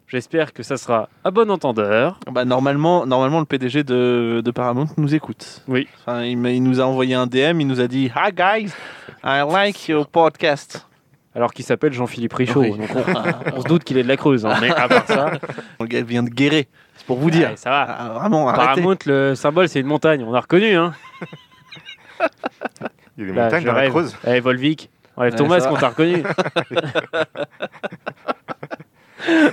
Speaker 4: J'espère que ça sera à bon entendeur.
Speaker 1: Bah, normalement, normalement, le PDG de, de Paramount nous écoute.
Speaker 4: Oui.
Speaker 1: Enfin, il, m'a- il nous a envoyé un DM, il nous a dit Hi guys, I like your podcast.
Speaker 4: Alors qu'il s'appelle Jean-Philippe Richaud,
Speaker 1: Oui.
Speaker 4: donc on, on se doute qu'il est de la Creuse. hein, mais à part ça,
Speaker 1: Le gars vient de guérir. C'est pour vous dire.
Speaker 4: ouais, ça va.
Speaker 1: Ah, vraiment, arrêtez.
Speaker 4: Paramount, le symbole, c'est une montagne. On a reconnu, hein.
Speaker 3: Il y a des
Speaker 4: Là,
Speaker 3: montagnes
Speaker 4: je
Speaker 3: dans la
Speaker 4: rêve.
Speaker 3: Creuse.
Speaker 4: Eh, Volvic, enlève
Speaker 1: Ouais,
Speaker 4: ton
Speaker 1: ça
Speaker 4: masque,
Speaker 1: va.
Speaker 4: on t'a reconnu.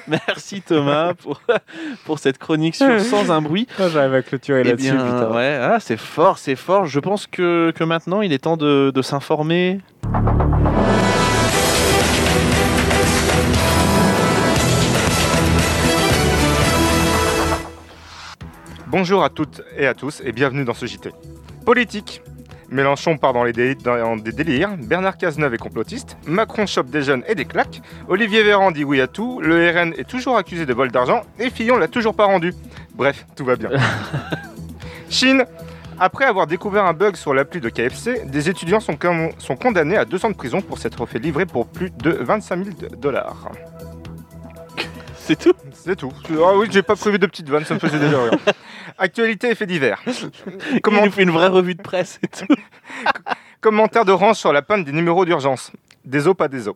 Speaker 1: Merci Thomas pour, pour cette chronique sur Sans un bruit.
Speaker 4: J'arrive à clôturer
Speaker 1: Eh
Speaker 4: là-dessus,
Speaker 1: bien,
Speaker 4: putain.
Speaker 1: ouais, ah, c'est fort, c'est fort. Je pense que, que maintenant, il est temps de, de s'informer.
Speaker 3: Bonjour à toutes et à tous et bienvenue dans ce JT. Politique. Mélenchon part dans, les déli- dans des délires, Bernard Cazeneuve est complotiste, Macron chope des jeunes et des claques, Olivier Véran dit oui à tout, le RN est toujours accusé de vol d'argent et Fillon l'a toujours pas rendu. Bref, tout va bien. Chine. Après avoir découvert un bug sur l'appli de KFC, des étudiants sont, com- sont condamnés à 2 ans de prison pour s'être fait livrer pour plus de 25 000 dollars.
Speaker 1: C'est tout.
Speaker 3: C'est tout. Ah oui, j'ai pas prévu de petites vannes, ça me faisait déjà rire. Actualité et faits divers.
Speaker 1: Il
Speaker 3: Comment
Speaker 1: nous fait une vraie revue de presse et tout.
Speaker 3: Commentaire d'Orange sur la panne des numéros d'urgence. Des os, pas des os.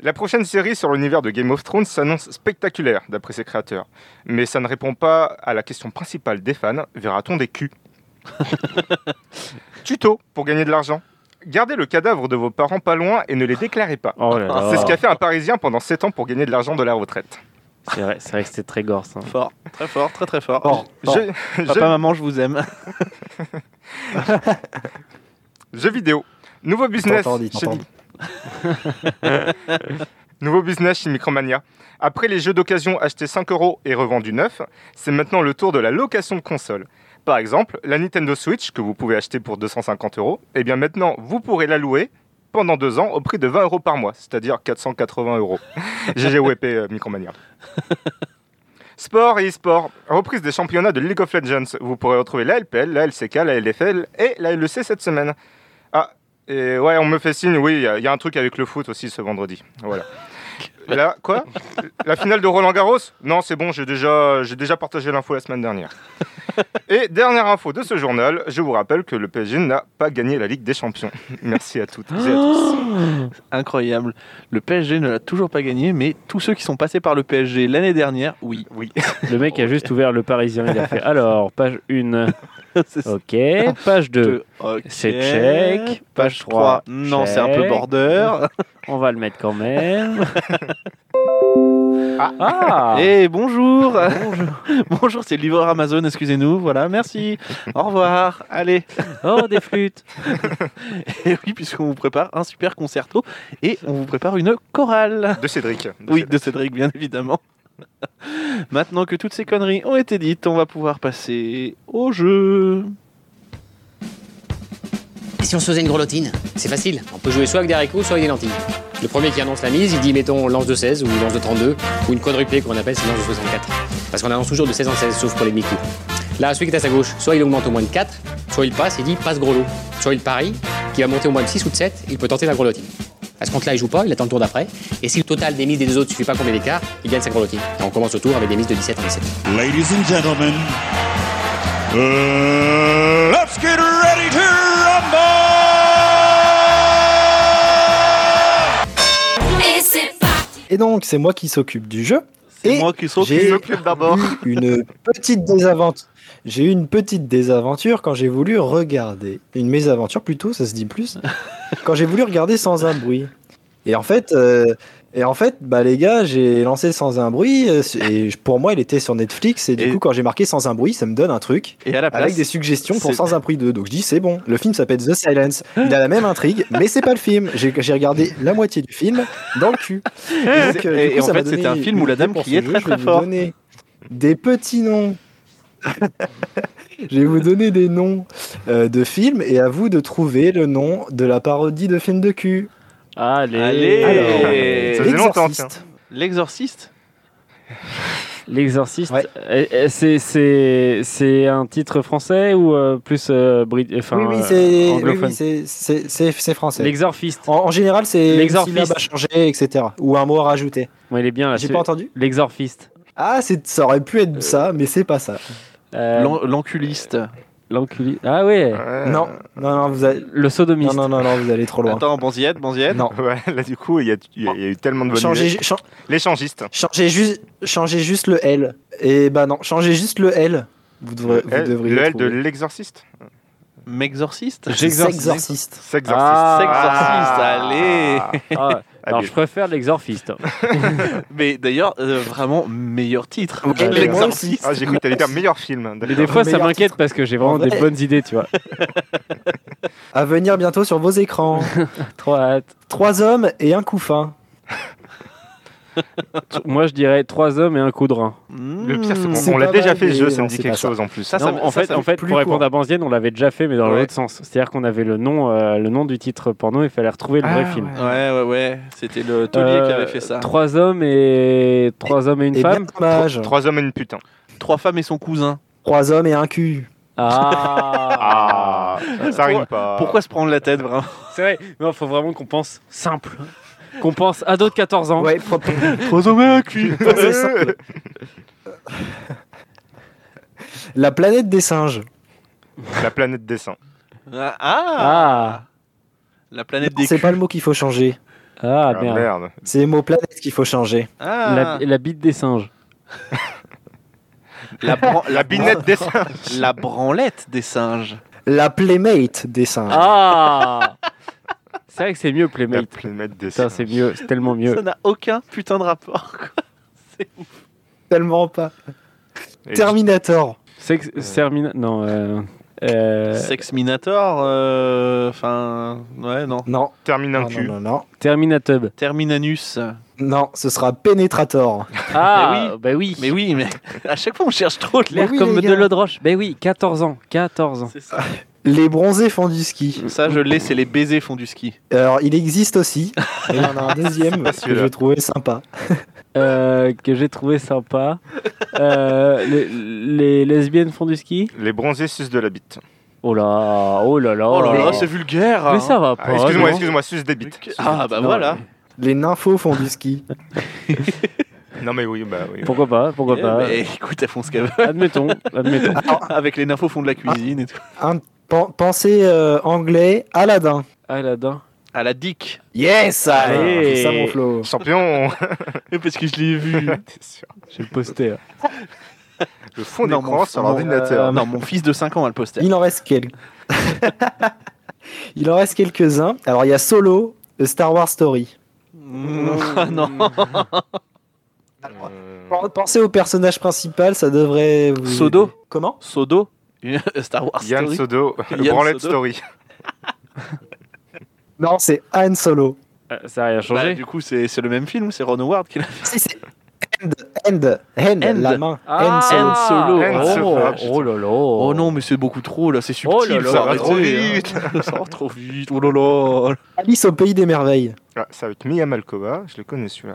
Speaker 3: La prochaine série sur l'univers de Game of Thrones s'annonce spectaculaire, d'après ses créateurs. Mais ça ne répond pas à la question principale des fans verra-t-on des culs Tuto pour gagner de l'argent. Gardez le cadavre de vos parents pas loin et ne les déclarez pas.
Speaker 4: Oh là là.
Speaker 3: C'est ce qu'a fait un Parisien pendant 7 ans pour gagner de l'argent de la retraite.
Speaker 4: C'est vrai, c'est vrai que c'était très hein. gore, ça.
Speaker 1: Fort, très fort, très très fort.
Speaker 2: Fort, fort.
Speaker 3: Jeux-
Speaker 1: Papa,
Speaker 3: jeux-
Speaker 1: maman, je vous aime.
Speaker 3: jeux vidéo. Nouveau business.
Speaker 2: T'entendis,
Speaker 3: chez
Speaker 2: t'entendis.
Speaker 3: Nouveau business chez Micromania. Après les jeux d'occasion achetés 5 euros et revendus 9, c'est maintenant le tour de la location de consoles. Par exemple, la Nintendo Switch, que vous pouvez acheter pour 250 euros, et bien maintenant, vous pourrez la louer pendant 2 ans au prix de 20 euros par mois, c'est-à-dire 480 euros. GGWP euh, Micromania. Sport et e-sport, reprise des championnats de League of E Legends. Vous pourrez retrouver la LPL, la LCK, la LFL et la LEC cette semaine. Ah, Et ouais, on me fait signe, oui, il y, a- il y a un truc avec le foot aussi ce vendredi. Voilà. Là, quoi La finale de Roland Garros Non, c'est bon, j'ai déjà, j'ai déjà partagé l'info la semaine dernière. Et dernière info de ce journal, je vous rappelle que le PSG n'a pas gagné la Ligue des Champions. Merci à toutes et à tous.
Speaker 1: Incroyable. Le PSG ne l'a toujours pas gagné, mais tous ceux qui sont passés par le PSG l'année dernière, oui.
Speaker 3: Oui.
Speaker 4: Le mec a juste ouvert le Parisien, il a fait alors, page 1,
Speaker 1: C'est ça.
Speaker 4: ok, page 2,
Speaker 1: Ok.
Speaker 4: Euh, c'est check,
Speaker 1: Page
Speaker 4: page
Speaker 1: 3,
Speaker 4: 3,
Speaker 1: non, c'est un peu
Speaker 4: check.
Speaker 1: border.
Speaker 4: on va le mettre quand même.
Speaker 3: Ah.
Speaker 4: Ah
Speaker 1: Et bonjour Bonjour, c'est le livreur Amazon, excusez-nous, voilà, merci, au revoir, allez
Speaker 4: Oh, des flûtes
Speaker 1: Et oui, puisqu'on vous prépare un super concerto et on vous prépare une chorale
Speaker 3: De Cédric. De
Speaker 1: Oui,
Speaker 3: Cédric.
Speaker 1: de Cédric, bien évidemment. Maintenant que toutes ces conneries ont été dites, on va pouvoir passer au jeu.
Speaker 6: Et si on se faisait une grelottine C'est facile. On peut jouer soit avec des haricots, soit avec des lentilles. Le premier qui annonce la mise, il dit mettons lance de 16 ou lance de 32 ou une quadruplée qu'on appelle c'est lance de 64. Parce qu'on annonce toujours de 16 en 16 sauf pour les demi-coups. Là, celui qui est à sa gauche, soit il augmente au moins de 4, soit il passe, il dit passe gros lot. Soit il parie, qui va monter au moins de 6 ou de 7, il peut tenter la grelottine. À ce compte-là, il joue pas, il attend le tour d'après. Et si le total des mises des deux autres ne suffit pas combien d'écart, il gagne sa grelottine. Et on commence au tour avec des mises de 17 en 17.
Speaker 7: Ladies and gentlemen, uh, let's get ready to rumble!
Speaker 8: Et c'est parti
Speaker 2: Et donc, c'est moi qui s'occupe du jeu.
Speaker 1: C'est
Speaker 2: Et
Speaker 1: moi qui
Speaker 2: j'ai-
Speaker 1: s'occupe s'occupe d'abord.
Speaker 2: eu une petite désaventure. J'ai eu une petite désaventure quand j'ai voulu regarder. Une mésaventure plutôt, ça se dit plus. quand j'ai voulu regarder sans un bruit. Et en fait, euh, et en fait bah, les gars, j'ai lancé sans un bruit. euh, Et pour moi, il était sur Netflix. Et du
Speaker 1: Et-
Speaker 2: coup, quand j'ai marqué sans un bruit, ça me donne un truc.
Speaker 1: Et à la
Speaker 2: Avec
Speaker 1: place,
Speaker 2: des suggestions pour
Speaker 1: c'est-
Speaker 2: Sans un prix 2. Donc je dis, c'est bon. Le film s'appelle The Silence. Il a la même intrigue, mais c'est pas le film. J'ai j'ai regardé la moitié du film dans le cul.
Speaker 1: Et
Speaker 2: Donc,
Speaker 1: c'est-
Speaker 2: euh, du
Speaker 1: et- et
Speaker 2: coup,
Speaker 1: en
Speaker 2: ça m'a
Speaker 1: fait,
Speaker 2: donné
Speaker 1: c'était un
Speaker 2: une
Speaker 1: film où la
Speaker 2: idée
Speaker 1: dame
Speaker 2: pour
Speaker 1: criait
Speaker 2: ce
Speaker 1: très,
Speaker 2: je
Speaker 1: très
Speaker 2: vais vous
Speaker 1: fort.
Speaker 2: donner des petits noms. je vais vous donner des noms euh, de films et à vous de trouver le nom de la parodie de film de cul. euh,
Speaker 4: Allez,
Speaker 1: Allez.
Speaker 4: Alors,
Speaker 1: Et-
Speaker 3: Ça faisait longtemps, tiens.
Speaker 2: L'exorciste.
Speaker 1: l'exorciste
Speaker 4: L'exorciste,
Speaker 2: Ouais.
Speaker 4: euh, euh, c'est- c'est c'est un titre français ou euh, plus euh, brit- enfin,
Speaker 2: Oui, oui,
Speaker 4: euh,
Speaker 2: c'est- oui,
Speaker 4: anglophone
Speaker 2: oui, c'est- Oh. c'est c'est- c'est français.
Speaker 4: L'exorciste,
Speaker 2: En, en général, c'est une
Speaker 4: L'exorciste. Ah,
Speaker 2: syllabe à changer, etc. Ou un mot à rajouter.
Speaker 4: Moi, il est bien là.
Speaker 2: J'ai
Speaker 4: celui-
Speaker 2: pas entendu
Speaker 4: L'exorciste.
Speaker 2: Ah, c'est- ça aurait pu être ça, mais c'est pas ça.
Speaker 4: Euh,
Speaker 1: L'en- L'enculiste
Speaker 4: L'enculé. Ah ouais.
Speaker 1: Euh.
Speaker 3: Ouais.
Speaker 2: Non, non, non, vous allez,
Speaker 4: Le sodomiste.
Speaker 2: Euh, non, non, non, non, vous allez trop loin.
Speaker 1: Attends, Bonziette, Bonziette
Speaker 2: Non.
Speaker 3: Ouais, là du coup, il y, a- il y a il y a eu tellement de bonnes
Speaker 2: Changez,
Speaker 3: idées.
Speaker 2: ju- chan-
Speaker 3: L'échangiste.
Speaker 2: changez juste, changez juste le L. Et bah non, changez juste le L. Vous devrez, vous
Speaker 3: L-
Speaker 2: devriez
Speaker 3: le L de
Speaker 2: trouver.
Speaker 3: l'exorciste.
Speaker 1: M'exorciste
Speaker 2: Sexorciste.
Speaker 3: Sexorciste.
Speaker 4: Ah.
Speaker 1: Sexorciste, allez.
Speaker 4: Ah, alors
Speaker 3: Habile.
Speaker 4: je préfère l'exorciste.
Speaker 1: Mais d'ailleurs, euh, vraiment, meilleur titre.
Speaker 2: Ouais,
Speaker 1: L'exorciste.
Speaker 2: mais moi aussi.
Speaker 3: Ah, j'ai cru que t'allais dire meilleur film.
Speaker 4: Mais
Speaker 3: d'accord.
Speaker 4: des fois ça
Speaker 2: Meilleur
Speaker 4: m'inquiète
Speaker 2: titre.
Speaker 4: parce que j'ai vraiment
Speaker 2: En vrai.
Speaker 4: des bonnes idées, tu vois.
Speaker 2: À venir bientôt sur vos écrans.
Speaker 4: Trop hâte.
Speaker 2: Trois hommes et un couffin.
Speaker 4: T- Moi je dirais trois hommes et un coup de rein.
Speaker 3: Le pire, c'est
Speaker 1: Mmh.
Speaker 2: c'est
Speaker 3: qu'on on l'a
Speaker 2: pas
Speaker 3: déjà
Speaker 2: mal,
Speaker 3: fait ce jeu,
Speaker 2: mais
Speaker 3: ça
Speaker 2: non,
Speaker 3: me dit
Speaker 2: c'est
Speaker 3: quelque
Speaker 2: pas ça.
Speaker 3: chose en plus.
Speaker 1: Ça, ça
Speaker 4: Non,
Speaker 1: me-
Speaker 4: en
Speaker 1: ça,
Speaker 4: fait,
Speaker 1: ça
Speaker 4: en
Speaker 1: me-
Speaker 4: fait
Speaker 2: plus
Speaker 4: pour répondre
Speaker 2: court.
Speaker 4: à Banzienne, on l'avait déjà fait, mais dans
Speaker 1: Ouais.
Speaker 4: l'autre sens. C'est-à-dire qu'on avait le nom, euh, le nom du titre porno, il fallait retrouver le vrai film.
Speaker 1: Ouais, ouais, ouais. C'était le taulier
Speaker 4: Euh,
Speaker 1: qui avait fait ça.
Speaker 4: Trois hommes et trois hommes et une
Speaker 2: Et Eh bien
Speaker 4: femme.
Speaker 2: dommage.
Speaker 3: Trois hommes et une hein. putain.
Speaker 1: Trois femmes et son cousin.
Speaker 2: Trois hommes et un cul.
Speaker 4: Ah.
Speaker 3: Ah, ça rime pas.
Speaker 1: Pourquoi se prendre la tête, vraiment
Speaker 4: C'est vrai. Non, faut vraiment qu'on pense simple. Qu'on pense à d'autres 14 ans.
Speaker 2: Ouais, propre.
Speaker 1: Trois hommes et un cul
Speaker 2: c'est simple. La planète des singes.
Speaker 3: La planète des saints.
Speaker 1: Ah,
Speaker 4: Ah.
Speaker 1: La planète des
Speaker 2: C'est
Speaker 1: culs.
Speaker 2: pas le mot qu'il faut changer.
Speaker 4: Ah,
Speaker 3: Ah,
Speaker 4: merde.
Speaker 3: merde.
Speaker 2: C'est le mot planète qu'il faut changer.
Speaker 1: Ah.
Speaker 4: La, la bite des singes.
Speaker 1: La, bran-
Speaker 3: La binette des saints.
Speaker 1: la branlette des singes.
Speaker 2: La playmate des singes.
Speaker 4: Ah. c'est vrai que c'est mieux
Speaker 3: La
Speaker 4: Playmate.
Speaker 3: planète des
Speaker 4: Putain,
Speaker 3: saints.
Speaker 4: c'est mieux, c'est tellement
Speaker 1: Ça
Speaker 4: mieux.
Speaker 1: n'a aucun putain de rapport. quoi.
Speaker 2: Tellement pas.
Speaker 3: Et
Speaker 2: Terminator.
Speaker 4: Sex, Sermina- non. euh, euh,
Speaker 1: Sex Minator, euh, enfin, ouais, non.
Speaker 2: Non.
Speaker 3: je Termine un
Speaker 2: Ah, non,
Speaker 3: cul.
Speaker 2: non, non, non.
Speaker 4: Terminatub.
Speaker 1: Terminanus.
Speaker 2: Non, ce sera Penetrator.
Speaker 4: Ah, bah oui.
Speaker 1: Mais oui, mais à chaque fois on cherche trop de
Speaker 4: Claire
Speaker 2: Mais oui,
Speaker 4: comme
Speaker 2: les
Speaker 4: de
Speaker 2: gars.
Speaker 4: l'eau de roche. Ben oui, 14 ans, 14 ans.
Speaker 1: C'est ça.
Speaker 2: Les bronzés font du ski.
Speaker 1: Ça, je l'ai, c'est les baisers font du ski.
Speaker 2: Alors, il existe aussi. Et il y en a un deuxième que
Speaker 3: celui-là.
Speaker 2: j'ai trouvé sympa.
Speaker 4: Euh, que j'ai trouvé sympa. Euh, les, les lesbiennes font du ski.
Speaker 3: Les bronzés sucent de la bite.
Speaker 4: Oh là, oh là là.
Speaker 1: Oh là là, c'est vulgaire
Speaker 4: Mais
Speaker 1: hein.
Speaker 4: ça va pas.
Speaker 3: Ah, excuse-moi,
Speaker 4: Oh, non
Speaker 3: excuse-moi, suce des bites.
Speaker 1: Ah bah
Speaker 4: Non,
Speaker 1: voilà
Speaker 2: Les nymphos font du ski.
Speaker 3: Non, mais oui, bah oui.
Speaker 4: Pourquoi pas, pourquoi
Speaker 1: Eh,
Speaker 4: pas. Ah,
Speaker 1: mais écoute, elles font ce qu'elles veulent.
Speaker 4: Admettons, admettons.
Speaker 1: Avec les nymphos font de la cuisine et tout.
Speaker 2: Un, pen- pensez euh, anglais, Aladdin.
Speaker 4: Ah, Aladdin.
Speaker 1: À la dick
Speaker 2: Yes,
Speaker 4: allez.
Speaker 2: C'est ça mon flow.
Speaker 3: Champion,
Speaker 1: Parce que je l'ai vu
Speaker 3: t'es sûr.
Speaker 4: J'ai le poster. hein.
Speaker 3: Le fond
Speaker 1: Non,
Speaker 3: d'écran
Speaker 1: mon-
Speaker 3: sur
Speaker 1: mon- euh,
Speaker 3: l'ordinateur.
Speaker 1: Non, mon fils de 5 ans a le poster.
Speaker 2: Il en reste quelques. Il en reste quelques-uns. Alors il y a Solo, The Star Wars Story.
Speaker 1: Ah non
Speaker 3: Euh,
Speaker 2: Pen- Pensez au personnage principal, ça devrait vous.
Speaker 1: Sodo
Speaker 2: Comment
Speaker 1: Sodo Une- Star Wars
Speaker 3: Yann
Speaker 1: Story.
Speaker 3: Sodo, le
Speaker 1: Yann
Speaker 3: branlette
Speaker 1: Sodo.
Speaker 3: story.
Speaker 2: Non, c'est Han Solo.
Speaker 4: Euh, Ça a rien
Speaker 1: Bah,
Speaker 4: changé.
Speaker 1: du coup, c'est c'est le même film, c'est Ron Howard qui l'a fait.
Speaker 2: Si, c'est End, End, End,
Speaker 1: End.
Speaker 2: la main.
Speaker 4: Ah,
Speaker 2: End Solo.
Speaker 4: Solo.
Speaker 3: Han Solo.
Speaker 4: Oh,
Speaker 3: Ah, putain.
Speaker 4: oh là là.
Speaker 1: Oh non, mais c'est beaucoup trop là, c'est subtil.
Speaker 4: Oh là là,
Speaker 1: ça
Speaker 4: ça va
Speaker 1: arrêtez,
Speaker 3: trop
Speaker 1: hein. ça va trop vite. Oh là là.
Speaker 2: Alice au pays des merveilles.
Speaker 3: Ah, c'est avec Mia Malkova, je le connais celui-là.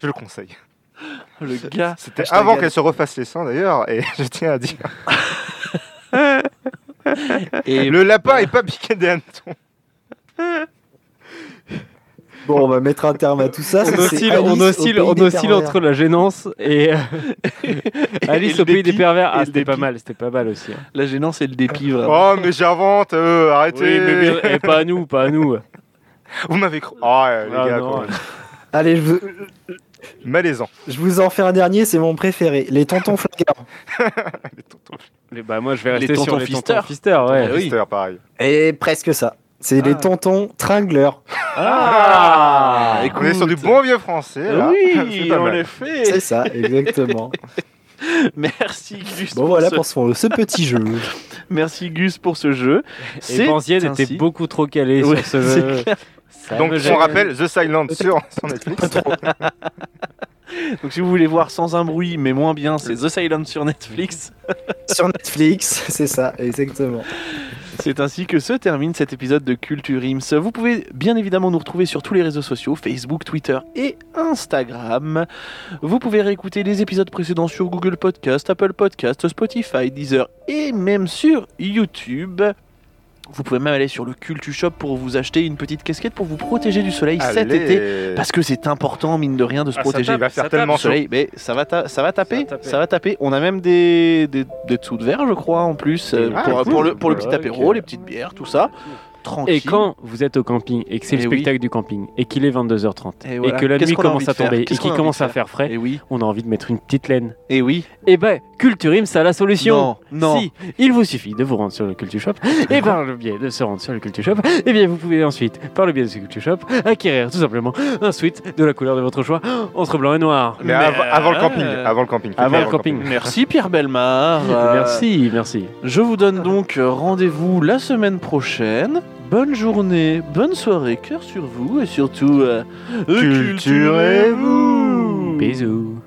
Speaker 3: je le conseille.
Speaker 1: Le gars. Ah,
Speaker 3: C'était
Speaker 1: Hashtag
Speaker 3: avant
Speaker 1: Yann.
Speaker 3: qu'elle se refasse les seins d'ailleurs, et je tiens à dire.
Speaker 1: Et
Speaker 3: le lapin est pas piqué des hannetons.
Speaker 2: Bon, on va mettre un terme à tout ça.
Speaker 4: oh
Speaker 2: ça,
Speaker 4: On
Speaker 2: c'est
Speaker 4: oscille,
Speaker 2: Alice
Speaker 4: on
Speaker 2: au
Speaker 4: oscille,
Speaker 2: pays
Speaker 4: on
Speaker 2: des
Speaker 4: oscille
Speaker 2: pervers.
Speaker 4: entre la gênance et euh,
Speaker 1: et
Speaker 4: Alice
Speaker 1: le
Speaker 4: au pays des
Speaker 1: dépit,
Speaker 4: pervers.
Speaker 1: et
Speaker 4: Ah,
Speaker 1: le
Speaker 4: c'était pas
Speaker 1: dépit.
Speaker 4: mal, c'était pas mal aussi. hein.
Speaker 1: La gênance et le dépit, vraiment.
Speaker 3: Oh, mais j'invente, euh, arrêtez.
Speaker 4: Ah. Oui, mais bien- eh, pas à nous, pas à nous.
Speaker 3: Vous m'avez cru. Oh, les
Speaker 4: Ah,
Speaker 3: gars,
Speaker 4: non.
Speaker 3: quand même.
Speaker 2: Allez, je, veux-
Speaker 3: Malaisant.
Speaker 2: je vous en fais un dernier, c'est mon préféré. Les tontons flingueurs.
Speaker 3: Les tontons.
Speaker 4: Les- Bah moi, je vais
Speaker 1: Les
Speaker 4: rester sur
Speaker 1: tontons
Speaker 4: les tontons
Speaker 1: fisteurs.
Speaker 4: fisteurs, ouais.
Speaker 1: Eh oui.
Speaker 3: Twister, pareil.
Speaker 2: Et presque ça. C'est les tontons tringleurs.
Speaker 4: Ah,
Speaker 3: On est sur du bon vieux français. là. C'est
Speaker 1: Oui,
Speaker 3: pas
Speaker 1: en
Speaker 3: mal.
Speaker 2: C'est
Speaker 1: effet.
Speaker 2: ça, exactement.
Speaker 1: Merci Gus.
Speaker 2: bon,
Speaker 1: pour
Speaker 2: voilà
Speaker 1: ce-
Speaker 2: pour ce, ce petit jeu.
Speaker 1: Merci Gus pour ce jeu.
Speaker 4: Et Benzienne était
Speaker 1: ainsi-
Speaker 4: beaucoup trop calé
Speaker 1: Ouais,
Speaker 4: sur ce
Speaker 1: c'est
Speaker 4: jeu. Ça
Speaker 3: Donc,
Speaker 4: me
Speaker 3: on
Speaker 4: gêne.
Speaker 3: rappelle The Silent sur sur Netflix.
Speaker 1: Donc si vous voulez voir sans un bruit mais moins bien, c'est The Silent sur Netflix.
Speaker 2: Sur Netflix, c'est ça, exactement.
Speaker 1: C'est ainsi que se termine cet épisode de Culture Ims. Vous pouvez bien évidemment nous retrouver sur tous les réseaux sociaux, Facebook, Twitter et Instagram. Vous pouvez réécouter les épisodes précédents sur Google Podcast, Apple Podcast, Spotify, Deezer et même sur YouTube. Vous pouvez même aller sur le Culture Shop pour vous acheter une petite casquette pour vous protéger du soleil cet
Speaker 3: Allez.
Speaker 1: été. Parce que c'est important, mine de rien, de se
Speaker 4: Ah, ça
Speaker 1: protéger.
Speaker 4: tape,
Speaker 3: Il va
Speaker 4: ça
Speaker 3: faire tellement
Speaker 4: tape.
Speaker 3: chaud.
Speaker 1: Soleil, mais ça va, ta- ça va taper,
Speaker 4: Ça va taper.
Speaker 1: ça va taper. On a même des, des, des dessous de verre, je crois, en plus, euh,
Speaker 3: Ah,
Speaker 1: pour,
Speaker 3: cool.
Speaker 1: pour le, pour le petit
Speaker 4: Ok.
Speaker 1: apéro, les petites bières, tout ça. Tranquille.
Speaker 4: Et quand vous êtes au camping et que c'est le
Speaker 1: Eh oui.
Speaker 4: spectacle du camping et qu'il est 22h30
Speaker 1: Et
Speaker 4: et,
Speaker 1: voilà.
Speaker 4: que la
Speaker 1: Qu'est-ce
Speaker 4: nuit
Speaker 1: qu'on a
Speaker 4: commence
Speaker 1: envie
Speaker 4: à
Speaker 1: de faire
Speaker 4: tomber et
Speaker 1: Qu'est-ce qu'on
Speaker 4: qu'il
Speaker 1: a
Speaker 4: commence
Speaker 1: envie
Speaker 4: à
Speaker 1: de
Speaker 4: faire frais,
Speaker 1: Et Eh oui,
Speaker 4: on a envie de mettre une petite laine.
Speaker 1: et oui.
Speaker 4: Eh ben, Culturim, ça a la solution.
Speaker 1: Non, non.
Speaker 4: Si, il vous suffit de vous rendre sur le Culture Shop et par le biais de se rendre sur le Culture Shop, eh bien vous pouvez ensuite, par le biais de ce Culture Shop, acquérir tout simplement un sweat de la couleur de votre choix entre blanc et noir.
Speaker 3: Mais av- avant le camping,
Speaker 1: euh,
Speaker 3: avant le camping.
Speaker 4: avant
Speaker 3: Faites-le
Speaker 4: le camping.
Speaker 1: Merci Pierre Belmar. Euh,
Speaker 4: Merci, merci.
Speaker 1: Je vous donne donc rendez-vous la semaine prochaine. Bonne journée, bonne soirée, cœur sur vous et surtout euh,
Speaker 3: Culturez-vous.
Speaker 4: Bisous.